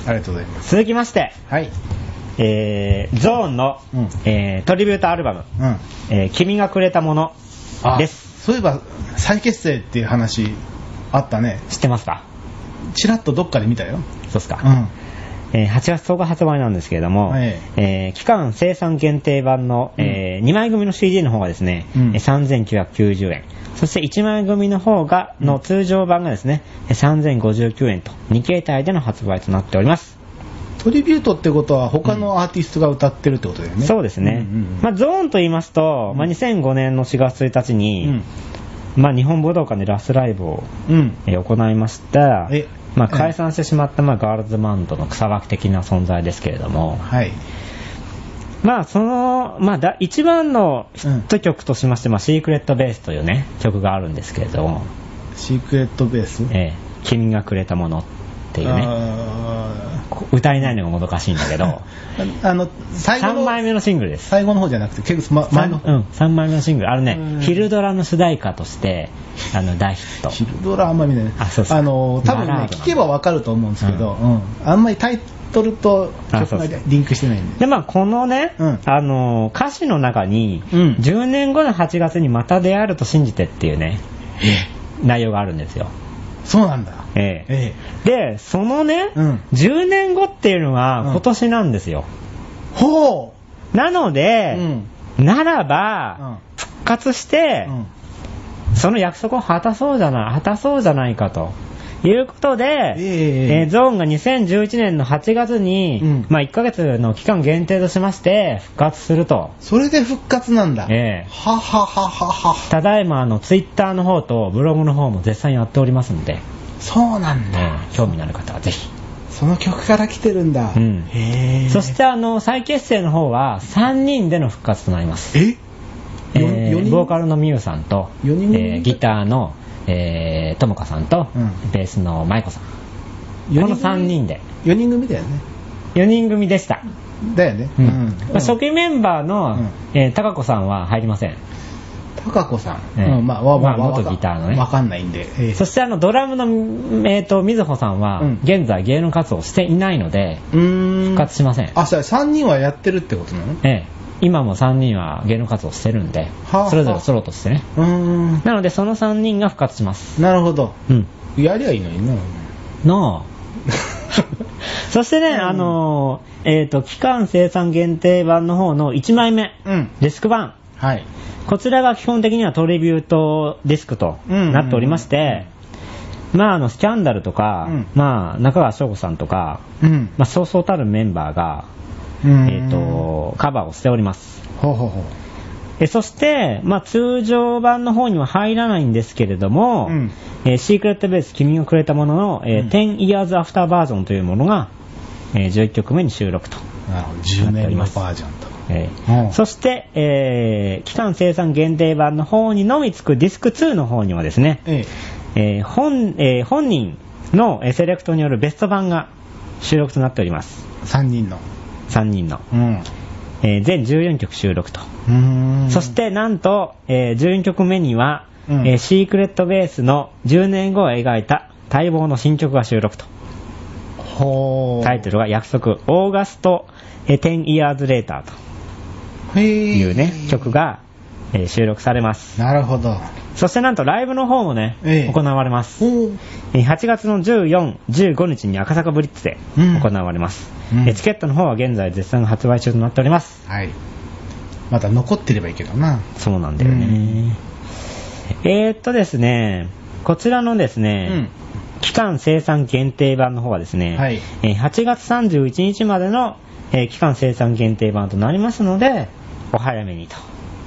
S1: ありがとうございます。
S2: 続きまして、
S1: はい。
S2: えーゾーンの、
S1: うん
S2: えートリビュートアルバム
S1: うん。
S2: 「えー君がくれたもの
S1: あ」
S2: です
S1: そういえば、再結成っていう話、あったね。
S2: 知ってますか
S1: ちらっとどっかで見たよ。
S2: そうですか、
S1: うん。
S2: えー8月10日発売なんですけれども、
S1: はい
S2: えー期間生産限定版の、え2枚組の CD の方がですね、
S1: うん
S2: えー3990円そして1枚組の方がの通常版がですね、えー3059円と2形態での発売となっております、
S1: トリビュートってことは、他のアーティストが歌ってるってことだよね。
S2: そうですね、
S1: うんうんうん
S2: まあ、ゾーンと言いますと、まあ、2005年の4月1日に、まあ、日本武道館でラスライブを
S1: うん。うん。
S2: えー行いました
S1: え、
S2: まあ、解散してしまった、まあ、ガールズバンドの草分け的な存在ですけれども、
S1: はい。
S2: まあその、まあ、だ一番のヒット曲としまして、まあ、シークレットベースというね曲があるんですけれども、
S1: シークレットベース
S2: ええ君がくれたものっていうね
S1: あ
S2: こう歌えないのがもどかしいんだけど
S1: ーあの、 (laughs) 最後
S2: 3枚
S1: の、
S2: 目のシングルです
S1: 最後の方じゃなくて、結構ま前の
S2: 三うん、3枚目のシングルあの
S1: うん
S2: ね昼ドラの主題歌としてあの大ヒット
S1: 昼ドラあんま見ないね
S2: あそうそう
S1: あの多分ね
S2: バラードなの
S1: 聞けばわかると思うんですけど、うんあんまりタイトルと
S2: あ
S1: 曲
S2: そう
S1: が
S2: そう
S1: リンクしてないんで
S2: でまあこのね、
S1: うん
S2: あの歌詞の中に、
S1: うん
S2: 10年後の8月にまた出会えると信じてっていうね内容があるんですよ
S1: そうなんだ
S2: ええ
S1: ええ
S2: でそのね、
S1: うん
S2: 10年後っていうのは
S1: うん
S2: 今年なんですよ、
S1: ほ
S2: なの
S1: う、
S2: で、
S1: ん
S2: なら
S1: うん
S2: ば、復活して、その約束を果たそうじゃない果たそうじゃないかということで、
S1: ええ
S2: ーゾーンが2011年の8月に、
S1: うん
S2: まあ、1ヶ月の期間限定としまして復活すると
S1: それで復活なんだ、
S2: ええ
S1: ははははは
S2: ただいまあのツイッターの方とブログの方も絶賛やっておりますので、
S1: そうなん
S2: え
S1: だ、
S2: ー興味のある方はぜひ、
S1: その曲から来てるんだ、
S2: うん
S1: へえ
S2: そしてあの再結成の方は3人での復活となります
S1: えよ
S2: え
S1: 四
S2: ー
S1: 人
S2: ボーカルのミユさんと、え
S1: 四人組
S2: ーギターのえーともかさんと、
S1: うん
S2: ベースのまいこさん、
S1: 四
S2: この3
S1: 組
S2: 人で
S1: 4人組だよね
S2: 4人組でした、
S1: だよね
S2: うん
S1: うん
S2: まあ、初期メンバー
S1: う
S2: の
S1: ん、
S2: えー、たかこさんは入りません、
S1: 高子さん、
S2: ええ
S1: うんまあわわ
S2: まあ
S1: わ
S2: 元ギターのね
S1: わかんないんで、ええ
S2: そしてあのドラムの、えー、とみずほさんは、
S1: うん
S2: 現在芸能活動をしていないので
S1: うーん
S2: 復活しません、
S1: あ、そう、三人はやってるってことなのう
S2: えー今も3人は芸能活動をしてるんで、
S1: はあ
S2: それぞれソロとしてね
S1: ーん。
S2: なのでその3人が復活します
S1: なるほど。
S2: うん
S1: やりゃいいのにな。
S2: のそしてね、あのーえっ、と、期間生産限定版の方の1枚目、
S1: うん。
S2: デスク版。
S1: はい。
S2: こちらが基本的にはトリビュートディスクとなっておりまして、まあ、あの、スキャンダルとか、
S1: うん
S2: まあ、中川翔子さんとか、
S1: うん。
S2: まあ、そうそうたるメンバーが、
S1: うん
S2: えっ、。と、カバーをしております。
S1: ほうほうほ
S2: えそして、まあ、通常版の方には入らないんですけれども、
S1: うん
S2: えーシークレットベース君がくれたものの、えー
S1: うん
S2: 10 years after バージョンというものが、えー11曲目に収録と。
S1: う。なるほど。10
S2: なっており
S1: 年の
S2: ま
S1: バー
S2: す
S1: ジョンと。
S2: え
S1: うん
S2: ー、そして、えー期間生産限定版の方にのみつくディスク2の方にはですね、
S1: ええ。
S2: えー本えー本人のえーセレクトによるベスト版が収録となっております。
S1: 三人の。
S2: 3人の。
S1: うん。う
S2: えー全14曲収録と。
S1: ーん。
S2: そし。てなんと、えー14曲目には、
S1: うん
S2: えーシークレットベースの10年後を描いた待望の新曲が収録と
S1: ほう。
S2: タイトルが約束オーガストえー10 years later
S1: へ
S2: と
S1: え。
S2: いうね、曲。が、えー収録されます
S1: なるほど。
S2: そしてなんとライブの方もね、
S1: ええ
S2: 行われます
S1: ほう。
S2: えー8月の1415日に赤坂ブリッジで
S1: うん
S2: 行われます、
S1: うん
S2: えーチケットの方は現在絶賛発売中となっております
S1: はい。まだ残ってればいいけどな。
S2: そうなんだよね、えー、っとですねこちらのですね、
S1: うん
S2: 期間生産限定版の方はですね、
S1: はい
S2: えー8月31日までの、えー期間生産限定版となりますのでお早めにと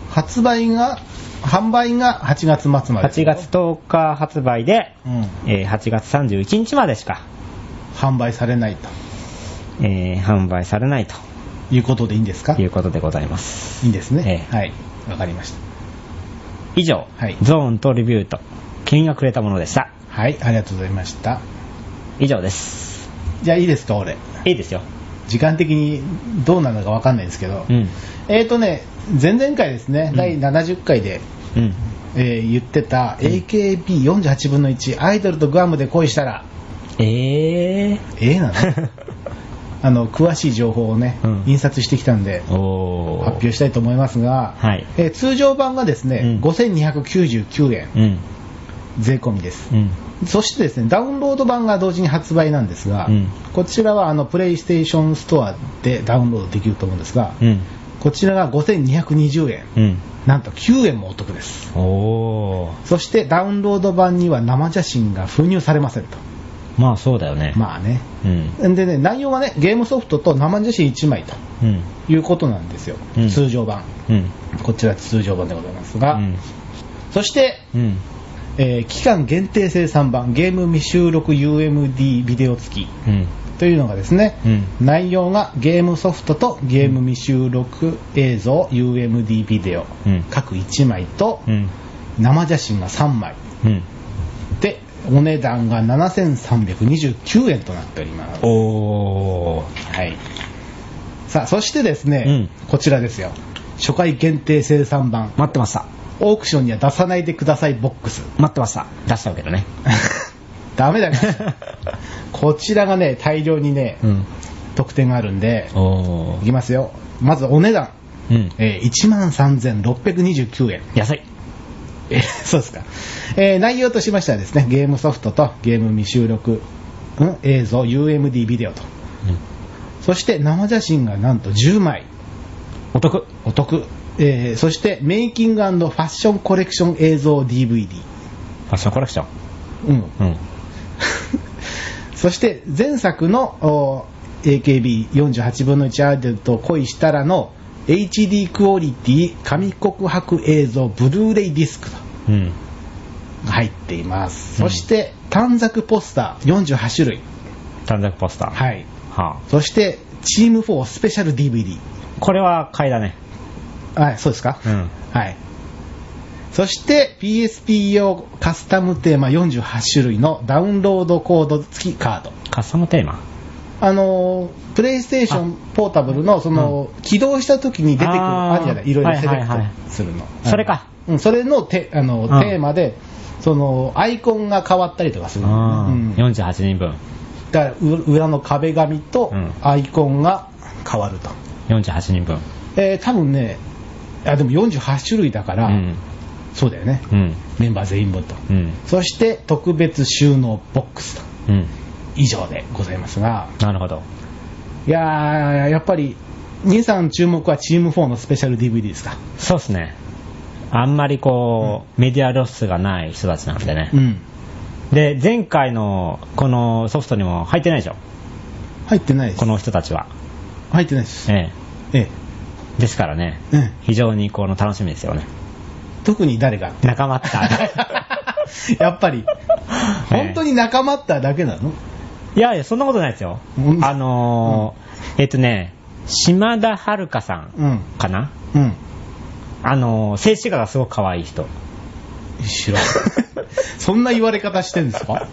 S1: 発売が、販売が8月末まで。
S2: 8月。10日発売で、
S1: うん。
S2: えー8月31日までしか
S1: 販売されないと。
S2: えー販売されないと
S1: いうことでいいんですか
S2: い
S1: いう
S2: ことでございます。
S1: いんですね。
S2: ええ
S1: はい。わかりました。
S2: 以上、
S1: はい
S2: ゾーンとリビュート、君がくれたものでした。
S1: はい。ありがとうございました。
S2: 以上です。
S1: じゃあいいですか、俺。
S2: いいですよ。
S1: 時間的にどうなのかわかんないんですけど。
S2: うん。
S1: えーとね、前々回ですね、第70回で、
S2: うん。
S1: えー言ってた AKB48 分の1、アイドルとグアムで恋したら、
S2: え
S1: ええなの
S2: (laughs)
S1: あの、詳しい情報をね、
S2: うん
S1: 印刷してきたんで、
S2: ー。お (laughs) ー。
S1: 発表したいと思いますが、
S2: はい
S1: えー通常版がですね、
S2: うん
S1: 5299円、
S2: うん。
S1: 税込みです。
S2: うん。
S1: そしてですね、ダウンロード版が同時に発売なんですが、
S2: うん
S1: こちらはあのプレイステーションストアでダウンロードできると思うんですが、
S2: うん。
S1: こちらが5220円、
S2: うん。
S1: なんと9円もお得です。
S2: おー。
S1: そしてダウンロード版には生写真が封入されませんと。
S2: まあそうだよね。
S1: まあね。
S2: うん。
S1: んでね、内容はね、ゲームソフトと生写真1枚と
S2: うん。
S1: いうことなんですよ。
S2: うん
S1: 通常版。
S2: うん。
S1: こちら通常版でございますが、
S2: うん。
S1: そして、
S2: うん。
S1: えー期間限定生産版ゲーム未収録 UMD ビデオ付き
S2: うん。
S1: というのがですね、
S2: うん。
S1: 内容がゲームソフトとゲーム未収録映像 UMD ビデオ、
S2: うん
S1: 各1枚と
S2: うん。
S1: 生写真が3枚
S2: うん。
S1: でお値段が7329円となっております
S2: おー。
S1: はいさあそしてですね、
S2: うん
S1: こちらですよ初回限定生産版
S2: 待ってました。
S1: オークションには出さないでくださいボックス
S2: 待ってました。出したけどね。
S1: (laughs) ダ
S2: (laughs)
S1: メだねこちらがね大量にね、
S2: ん。
S1: 特典があるんで
S2: お
S1: いきますよまずお値段、
S2: うん。
S1: えー、13,629円
S2: 安い。
S1: え (laughs) ーそうですか、えー内容としましてはですねゲームソフトとゲーム未収録、うん映像 UMD ビデオとそして生写真がなんと10枚
S2: お得。
S1: お得、えーそしてメイキングファッションコレクション映像 DVD、
S2: ファッションコレクション。
S1: うん、 (laughs)
S2: うん。
S1: そして前作の AKB48 分の1アイドルと恋したらの HD クオリティ紙告白映像ブルーレイディスクと
S2: うん。
S1: が入っています、
S2: うん
S1: そして短冊ポスター48種類
S2: 短冊ポスター。
S1: はい
S2: はあ、
S1: そしてチーム4スペシャル DVD
S2: これは買いだね。
S1: はいそうですか、
S2: うん。
S1: はい。そして PSP 用カスタムテーマ48種類のダウンロードコード付きカード。
S2: カスタムテーマ。
S1: あのー、プレイステーションポータブルの、その、起動した時に出てくる、
S2: あー
S1: あるじゃない、いろいろセ
S2: は
S1: レ
S2: いはい
S1: ク
S2: はい
S1: トするの。
S2: それか
S1: うん。それのテあの
S2: ん
S1: テーマで、その、アイコンが変わったりとかするの
S2: う
S1: ね、
S2: ん。
S1: うん
S2: 48人分。
S1: だから、う裏の壁紙と
S2: うん
S1: アイコンが変わると。
S2: 48人分。
S1: えー多分ね、あ、でも48種類だから、
S2: うん。
S1: そうだよね。
S2: うん。
S1: メンバー全員分と。
S2: うん。
S1: そして特別収納ボックスと
S2: うん。
S1: 以上でございますが、
S2: なるほど。
S1: いやー、やっぱり、兄さん注目はチーム4のスペシャル DVD ですか。
S2: そうですね。あんまりこう、メディア露出がない人たちなんでね
S1: う。ん。
S2: で、前回のこのソフトにも入ってないでしょ。
S1: 入ってないです
S2: こ。の人たちは。
S1: 入ってないです。え
S2: え
S1: え。
S2: え。ですからね。
S1: うん。
S2: 非常にこの楽しみですよね。
S1: 特に誰が (laughs)
S2: 仲間ってある
S1: やっぱり、本当に仲間っただけなの
S2: いやいや、そんなことないですよ
S1: う。ん
S2: あのー、えっとね、島田遥さん
S1: うん。
S2: かな
S1: うん。
S2: あのー、静止画がすごく可愛い
S1: (laughs)
S2: 人。
S1: 知らん。 (laughs) そんな言われ方してんですか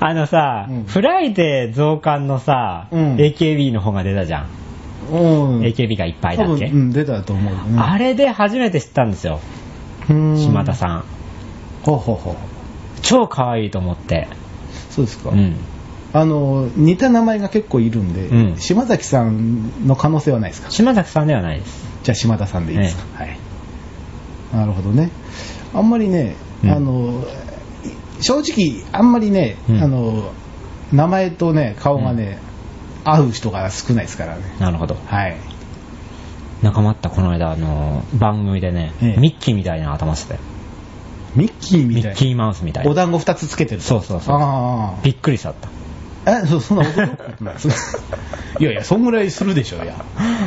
S2: あのさ、
S1: うん
S2: フライデー増刊のさ、
S1: うん
S2: AKB の方が出たじゃん。
S1: うん。
S2: AKB がいっぱい
S1: 多
S2: だ
S1: 分、
S2: っけ、
S1: うん、出たと思うよね。
S2: あれで初めて知ったんですよ、
S1: うん
S2: 島田さん。
S1: ほうほうほう。
S2: 超可愛いと思って。
S1: そうですか。
S2: うん。
S1: あの似た名前が結構いるんで、
S2: うん
S1: 島崎さんの可能性はないですか
S2: 島崎さんではないです。
S1: じゃあ島田さんでいいですか、はいなるほどねあんまりね、
S2: うん
S1: あの正直あんまりね、
S2: うん
S1: あの名前とね顔がね、合う人が少ないですからね
S2: なるほど。
S1: はい
S2: 仲間ったこの間、あのー、番組でね、
S1: ええ
S2: ミッキーみたいな頭してたよ。
S1: ミッキーみ
S2: ミ
S1: たい
S2: ッ
S1: な
S2: キーマウスみたいな。
S1: お団子2つつけてる
S2: そうそうそう
S1: あ
S2: びっくりしちゃった。
S1: あえそそんな驚くことないです (laughs) いやいやそんぐらいするでしょいや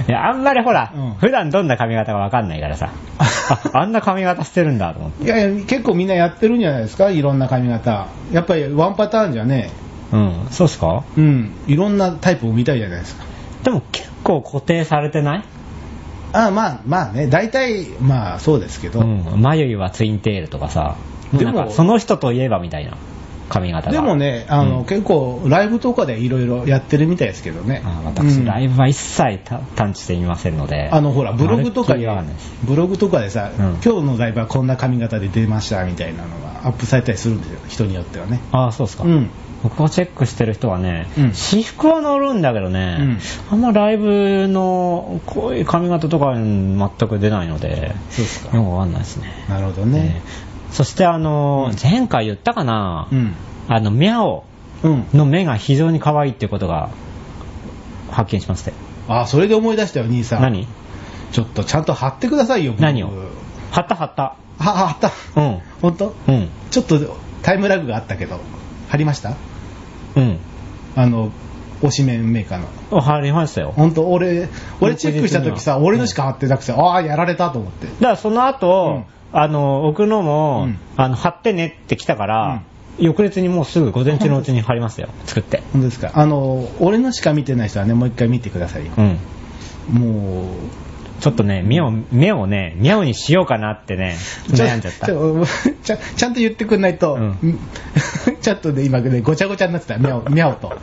S2: いや、あんまりほら、
S1: うん
S2: 普段どんな髪型かわかんないか
S1: (laughs)
S2: らさ、ああんな髪型してるんだと思って。
S1: いやいや、結構みんなやってるんじゃないですか、いろんな髪型。やっぱりワンパターンじゃね、
S2: うん、そうっすか
S1: うん、いろんなタイプを見たいじゃないですか。
S2: でも結構固定されてない
S1: ああまあまあね、大体、まあそうですけど、
S2: うん、眉毛はツインテールとかさ、
S1: で
S2: な
S1: も
S2: んかその人といえばみたいな髪型が。
S1: でもね、あの、
S2: うん
S1: 結構、ライブとかでいろいろやってるみたいですけどね。
S2: あ私、
S1: うん
S2: ライブは一切た探知してみませんので。
S1: あのほらブログとかに
S2: まるっきりわんないです
S1: ブログとかでさ、
S2: うん
S1: 今日のライブはこんな髪型で出ましたみたいなのがアップされたりするんですよ人によってはね
S2: ああ、そうですか。
S1: うん
S2: 僕がチェックしてる人はね、
S1: うん
S2: 私服は乗るんだけどね、あんまライブのこういう髪型とかに全く出ないので、
S1: そうですか
S2: よくわかんないですね。
S1: なるほどね
S2: ねそしてあの、
S1: うん
S2: 前回言ったかな、
S1: うん
S2: あの、ミャオ
S1: うん
S2: の目が非常に可愛いっていうことが発見しまして。
S1: あそれで思い出したよ兄さん
S2: 何
S1: ちょっとちゃんと貼ってくださいよブログ
S2: 何を貼った貼った。
S1: は貼った
S2: うん。
S1: 本当
S2: うん。
S1: ちょっとタイムラグがあったけど貼りました
S2: うん。
S1: あの推しメンメーカーの
S2: お貼りましたよ。
S1: 本当俺俺チェックした時さ
S2: うん
S1: 俺のしか貼ってなくてああやられたと思って
S2: だからその後、あの、置くのも、
S1: うん
S2: あの、貼ってねって来たから、翌日にもうすぐ午前中のうちに貼りま
S1: (laughs)
S2: したよ。作って。
S1: 本当ですかあの俺のしか見てない人はねもう一回見てくださいよ
S2: うん。
S1: もう
S2: ちょっとね、目を、目をね、ミャオにしようかなってね、
S1: ちょ
S2: 悩んじゃった
S1: ち。ょちゃちゃんと言ってくんないと、
S2: うん
S1: (laughs) ちょっとね今ねごちゃごちゃになって
S2: (laughs)
S1: たミャオミャオと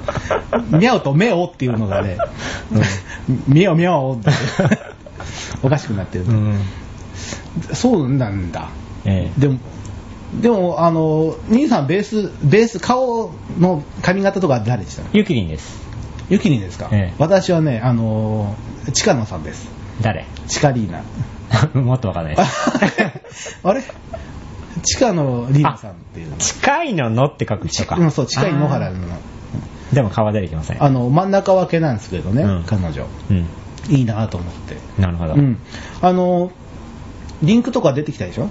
S1: ミャオとメオっていうのがね、ミャオミャオって (laughs) おかしくなってる、
S2: うん。
S1: そうなんだ
S2: ええ
S1: でもでもあの兄さんベースベース顔の髪型とか誰でしたの
S2: ゆきりんです。
S1: ゆきりんですか、
S2: ええ
S1: 私はねあのチカノさんです
S2: 誰 (laughs)
S1: チカリーナ
S2: もっとわかんない
S1: (laughs)
S2: で
S1: あ
S2: す。
S1: あれ地下のリーナさんっていうの。
S2: 近いののって書く人か。
S1: うん、そう、近い野原の。
S2: あー。でも顔は出てきません。
S1: あの、真ん中分けなんですけどね、
S2: うん
S1: 彼女。
S2: うん。
S1: いいなと思って。
S2: なるほど。
S1: うん。あの、リンクとか出てきたでしょ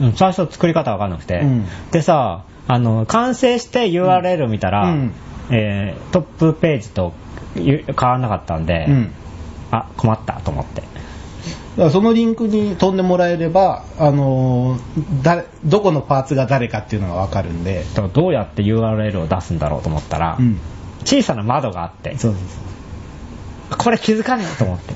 S2: うん最初作り方わかんなくて、
S1: うん
S2: でさあの完成して URL 見たら、
S1: うん
S2: えートップページとゆ変わらなかったんで、
S1: うん。
S2: あ困ったと思って
S1: だからそのリンクに飛んでもらえれば、あの、誰、どこのパーツが誰かっていうのが分かるんで。
S2: だからどうやって URL を出すんだろうと思ったら、
S1: うん。
S2: 小さな窓があって
S1: そうそうそう。
S2: これ気づかねえと思って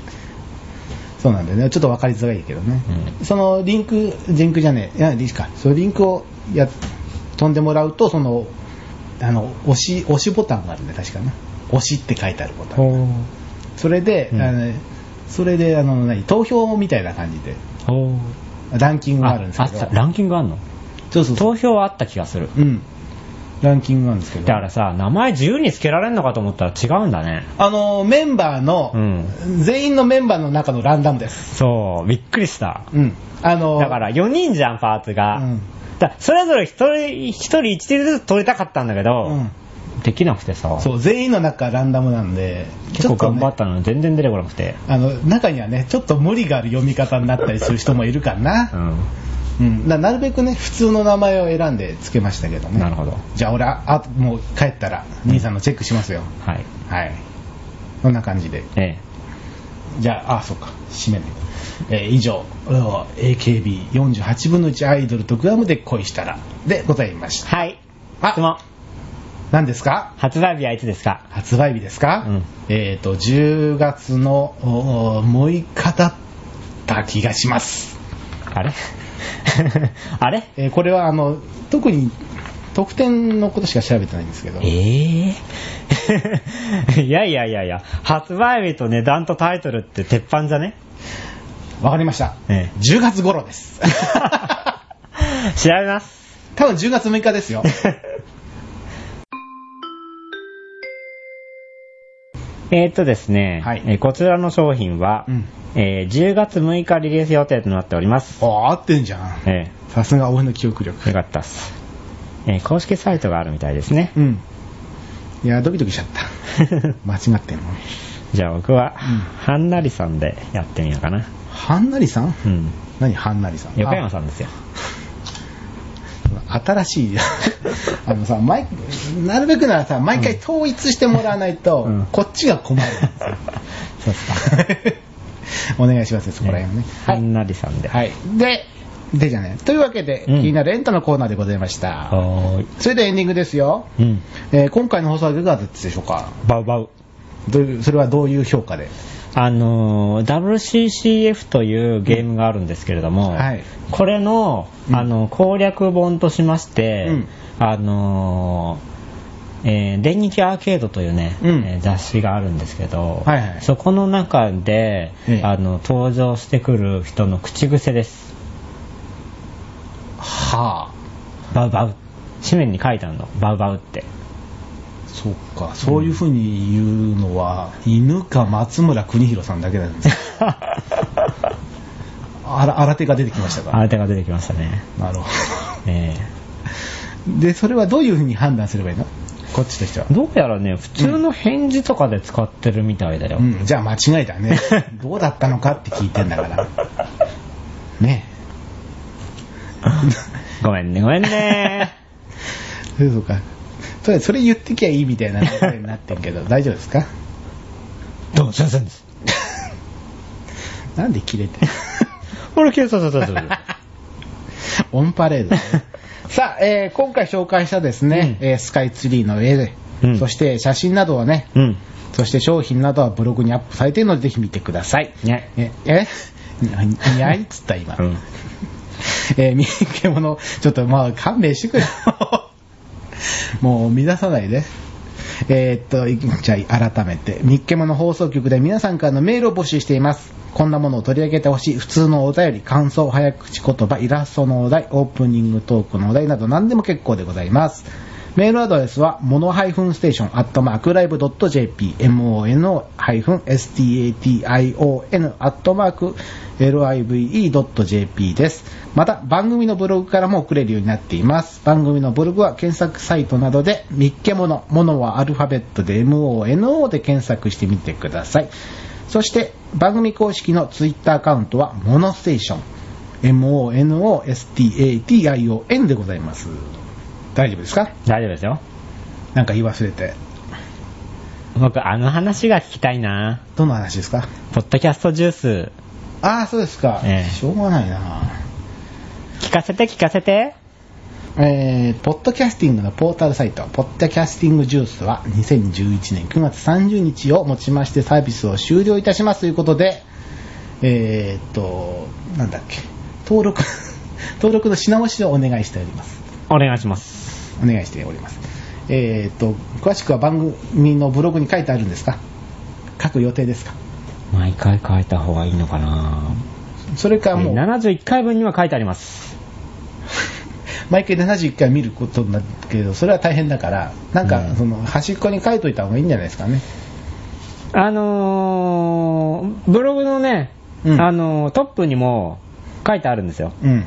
S1: そうなんだよね。ちょっと分かりづらいけどね。
S2: う
S1: そのリンク、リンクじゃねえ、いや、リンクか。そのリンクをや飛んでもらうと、その、あの、押し、押しボタンがあるんで、確かね。押しって書いてあるボタン。それで、
S2: うん
S1: あのそれで、あの、何、投票みたいな感じで、
S2: お
S1: ランキングがあ
S2: あ
S1: るんです
S2: あ
S1: け
S2: っ
S1: ど。
S2: たランキングあんの
S1: そうそうそう。
S2: 投票はあった気がする
S1: うん。ランキングがあるんですけど。
S2: だからさ名前自由に付けられるのかと思ったら違うんだね
S1: あの、メンバーの、
S2: うん
S1: 全員のメンバーの中のランダムです。
S2: そうびっくりした
S1: うん。あの、
S2: だから4人じゃん、パーツが。
S1: うん
S2: だそれぞれ1人、1人1点ずつ取りたかったんだけど、
S1: うん。
S2: できなくてさ、
S1: そう、全員の中からランダムなんで、
S2: 結構頑張っ
S1: ちょ
S2: たのに全然出てこなくて。
S1: とねあの、中にはね、ちょっと無理がある読み方になったりする人もいるから
S2: う
S1: な。
S2: ん。
S1: うん。だなるべくね、普通の名前を選んでつけましたけどね。
S2: なるほど。
S1: じゃあ俺、あ、もう帰ったら、兄さんのチェックしますよ。
S2: はい。
S1: はい。こんな感じで。
S2: ええ。
S1: じゃあ、あ、そっか、締めない。えー以上、AKB48 分の1アイドルとグアムで恋したら、でございました。
S2: はい。
S1: あ
S2: 質問。
S1: 何ですか
S2: 発売日はいつですか
S1: 発売日ですか、
S2: うん
S1: えっ、と、10月のおー6日だった気がします。
S2: あれ (laughs) あれ
S1: えーこれは、あの、特に、特典のことしか調べてないんですけど、
S2: ええ (laughs) いやいやいやいや、発売日と値段とタイトルって鉄板じゃね
S1: わかりました。 (laughs)
S2: ええ。
S1: 10月頃
S2: (laughs)
S1: です。
S2: 調べます。
S1: 多分10月6日
S2: (laughs)
S1: ですよ。
S2: えーっとですね、
S1: はい
S2: えーこちらの商品は、
S1: うん
S2: えー10月6日リリース予定となっております。
S1: おー、合ってんじゃん。
S2: え
S1: さすが俺の記憶
S2: ーよ
S1: 力。
S2: かったっす。えー公式サイトがあるみたいですね。 (laughs)
S1: うん。いや、ドキドキしちゃった。間違ってんの。
S2: じゃあ僕は、
S1: ん
S2: はんなりさんでやってみようかな。
S1: はんなりさん
S2: うん。
S1: 何はんなりさん
S2: 横山さんですよ。
S1: あ新しい (laughs) あのさ毎なるべくならさ毎回統一してもらわないと、
S2: うん
S1: こっちが困るん
S2: (laughs)
S1: ですよ
S2: そうっすか。
S1: (laughs) お願いしますよそこら辺はね、
S2: はんなりさんで。
S1: はい、はい、ででじゃねというわけで、
S2: うん
S1: 気になるエンタのコーナーでございました。
S2: はーい。
S1: それではエンディングですよ。
S2: うん。
S1: えー今回の放送はいかがだったでしょうか
S2: バウバウ。
S1: どういうそれはどういう評価で
S2: あのー WCCF というゲームがあるんですけれども、
S1: はい
S2: これの
S1: うん
S2: あの攻略本としまして、
S1: うん
S2: あのーえー電撃アーケードというね、
S1: うん
S2: えー雑誌があるんですけど、
S1: はいはい
S2: そこの中で、
S1: ええ
S2: あの登場してくる人の口癖です
S1: はあ、
S2: バウバウ紙面に書いてあるのバウバウ
S1: (laughs)
S2: って
S1: そうか、そういうふうに言うのは、犬か松村邦弘さんだけなんです。あら、新手が出てきましたか
S2: あなたが出てきましたね、
S1: なるほ
S2: え
S1: ど。で、それはどういうふうに判断すればいいのこっちとしては
S2: ー。どうやらね普通の返事とかで使ってるみたいだよ、
S1: うん、じゃあ間違いだね。どうだったのかって聞いてんだから。ね
S2: ごめんね、ごめんね。
S1: え。そうか。それそれ言ってきゃいいみたいな流れになってんけ
S2: (laughs)
S1: ど、大丈夫ですか
S2: (laughs) どうも、すいませんです。
S1: なんで切れてる
S2: 俺、警察だった
S1: オンパレードね。さあ、えー今回紹介したですね、
S2: うん
S1: えースカイツリーの絵で、
S2: (laughs) うん
S1: そして写真などはね、
S2: うん。
S1: そして商品などはブログにアップされているので、ぜひ見てください。
S2: にゃい
S1: え、えにゃいにゃいっつった今。
S2: うん。
S1: えー、見受け物、ちょっとまあ勘弁してくれよ。もう乱さないで。えーっと、いじゃあ改めて、見っけもの放送局で皆さんからのメールを募集しています。こんなものを取り上げてほしい、普通のお便り、感想、早口言葉、イラストのお題、オープニングトークのお題など何でも結構でございます。メールアドレスは、モノハイフンステーションアットマークライブドット JP、mono ハイフン station アットマーク live.jp です。また、番組のブログからも送れるようになっています。番組のブログは検索サイトなどで、みっけもの、ものはアルファベットで mono で検索してみてください。そして、番組公式のツイッターアカウントは、モノステーション、monostation でございます。大丈夫ですか
S2: 大丈夫ですよ。
S1: なんか言い忘れて。
S2: 僕、あの話が聞きたいな。
S1: どの話ですか
S2: ポッドキャストジュース、
S1: ああ、そうですか。
S2: ええ
S1: しょうがないな。
S2: 聞かせて、聞かせて。
S1: えー、ポッドキャスティングのポータルサイト、ポッドキャスティングジュースは2011年9月30日をもちましてサービスを終了いたしますということで、えーっと、なんだっけ、登録、 (laughs) 登録のし直しをお願いしております。
S2: お願いします。
S1: お願いしております。えーっと、詳しくは番組のブログに書いてあるんですか書く予定ですか
S2: 毎回書いた方がいいのかな
S1: それかもう、
S2: 71回分には書いてあります。
S1: 毎回71回見ることになるけど、それは大変だから、なん
S2: う
S1: か
S2: ん
S1: その端っこに書いといた方がいいんじゃないですかね。
S2: あのー、ブログのね、
S1: うん
S2: あのートップにも書いてあるんですよ。
S1: うん。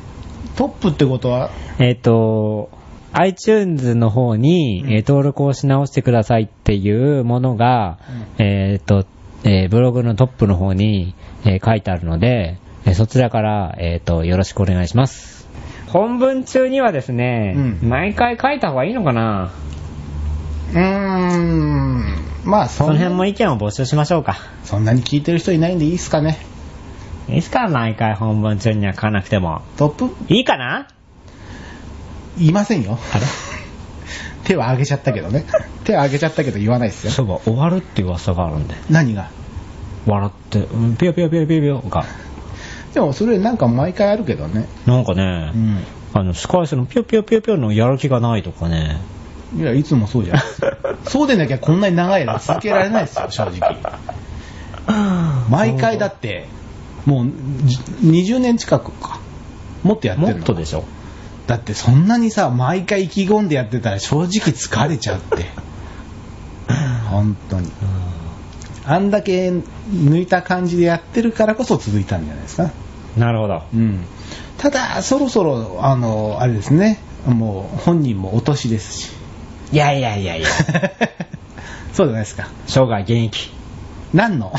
S1: トップってことは、
S2: えっ、と、iTunes の方に、
S1: うん
S2: えー登録をし直してくださいっていうものが、えっ、と、えーブログのトップの方に、えー書いてあるので、えーそちらから、えっ、と、よろしくお願いします。本文中にはですね、
S1: うん
S2: 毎回書いた方がいいのかな
S1: うーん、まあ
S2: そ
S1: そ
S2: の
S1: ん
S2: 辺も
S1: な、
S2: 意見を募集しましょうか。
S1: そんなに聞いてる人いないんでいいですかね。
S2: いいですか毎回本文中には書かなくても。
S1: トップ、
S2: いいかない
S1: ませんよ。
S2: あれ
S1: (laughs) 手は上げちゃったけどね。手は上げちゃったけど言わないですよ。
S2: そういえば終わるって噂があるんで。
S1: 何が
S2: 笑って、うん、ピヨピヨピヨピヨピヨが。
S1: でもそれなんか毎回あるけどね。
S2: なんかね、
S1: うん。
S2: あの、スカイスのピョピョピョピョのやる気がないとかね。
S1: いや、いつもそうじ
S2: (laughs)
S1: ゃないですか。そうでなきゃこんなに長い間続けられないですよ、正直。毎回だって、もうじ20年近くか。もっとやって
S2: (laughs) も
S1: るの
S2: っとでしょ。
S1: だってそんなにさ、毎回意気込んでやってたら正直疲れちゃって。本当に。あんだけ抜いた感じでやってるからこそ続いたんじゃないですか。
S2: なるほど。
S1: うん。ただ、そろそろ、あの、あれですね、もう本人もお年ですし。 (laughs)
S2: いやいやいやいや。
S1: そうじゃないですか。
S2: 生涯現役。
S1: 何の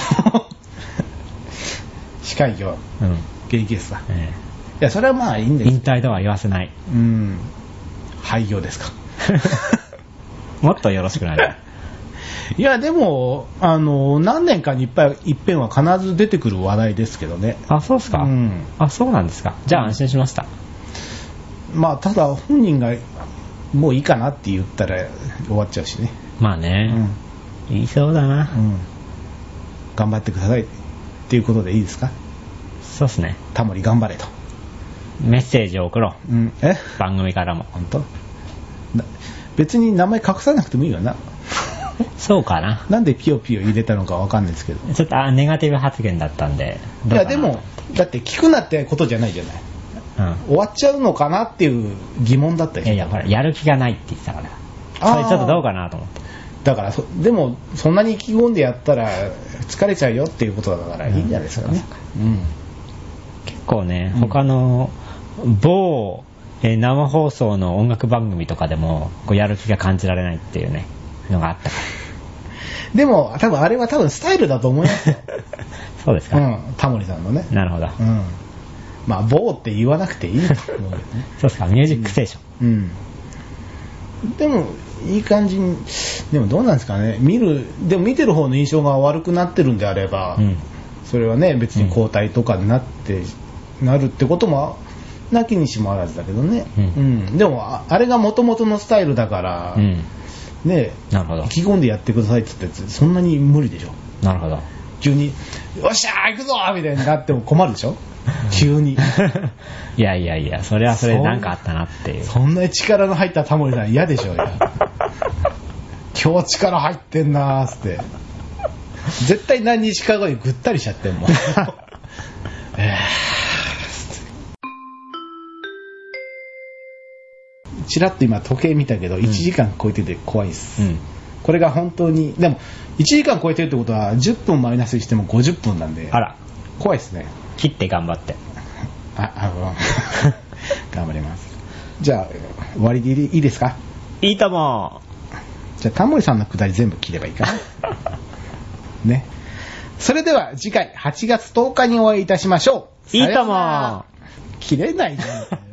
S1: (laughs) 司会業、
S2: うん。
S1: 現役ですか。い
S2: え
S1: や、それはまあいいん
S2: え
S1: です
S2: 引。退とは言わせない。
S1: うん。廃業ですか。
S2: もっとよろしくない。
S1: いや、でも、あの、何年かにいっぱい、いっぺんは必ず出てくる話題ですけどね。
S2: あ、そうですか、
S1: うん
S2: あ、そうなんですか。じゃあ安心しました。
S1: まあ、ただ本人が、もういいかなって言ったら終わっちゃうしね。
S2: まあ
S1: う
S2: ね
S1: ん。、
S2: 言いそうだな。
S1: うん。頑張ってください。っていうことでいいですか
S2: そうっすね。
S1: タモリ頑張れと。
S2: メッセージを送ろ
S1: うん。え
S2: う。番組からも。
S1: 本当な別に名前隠さなくてもいいよな。 (laughs)
S2: そうかな。
S1: なんでピヨピヨ入れたのかわかんないですけど。
S2: ちょっと、あ、ネガティブ発言だったんで。
S1: い
S2: どう
S1: や、
S2: かな
S1: でも、、だって聞くなってことじゃないじゃない。
S2: う
S1: 終
S2: ん。
S1: わっちゃうのかなっていう疑問だった
S2: いや
S1: で
S2: い
S1: し
S2: や、
S1: ょ。
S2: ほら、やる気がないって言ってたから。それちょっとどうかなと思って。
S1: だからそ、でも、そんなに意気込んでやったら、疲れちゃうよっていうことだから、いいんじゃないですかね。うん。
S2: 結構ね、
S1: うん
S2: 他の某、えー生放送の音楽番組とかでも、こうやる気が感じられないっていうね、のが
S1: (laughs)
S2: あったか
S1: でも、多分あれは多分スタイルだと思い
S2: (laughs)
S1: ますよ。
S2: ら。そうです
S1: う
S2: か。
S1: ん、タモリさんのね。
S2: なるほど。
S1: うん。まあ、棒って言わなくていいと思うけどね。
S2: (laughs) そうですか、ミュージックステーション。
S1: うん。でも、いい感じに、でもどうなんですかね。見る、でも見てる方の印象が悪くなってるんであれば、
S2: うん
S1: それはね、別に交代とかになって、なるってことも、なきにしもあらずだけどね。
S2: うん
S1: うんでも、ああれが元々のスタイルだから、
S2: うん。
S1: ね、
S2: なるほど
S1: 意。気込んでやってくださいって言ったやつ、そんなに無理でしょ。
S2: なるほど。
S1: 急に、よっしゃー行くぞーみたいになっても困るでし
S2: (laughs)
S1: ょ。急に。
S2: いやいやいや、それはそれで
S1: そん
S2: なんかあったなっていう。
S1: そんなに力の入ったタモリさん嫌でしょうよ。今日力入ってんなーっつって。絶対何日か後にぐったりしちゃってんもん。 (laughs) えーちらっと今時計見たけど1時間超えてて怖いっす、
S2: うん。
S1: これが本当にでも1時間超えてるってことは10分マイナスしても50分なんで
S2: あら、
S1: 怖いっすね
S2: 切って頑張って。
S1: ああ
S2: (laughs)
S1: の頑張りますじゃあ終わりでいいですか
S2: いいとも
S1: じゃあタモリさんのくだり全部切ればいいかな (laughs) ねそれでは次回8月10日にお会いいたしましょう
S2: いい
S1: さよ
S2: と
S1: うなら
S2: も
S1: 切れないじゃん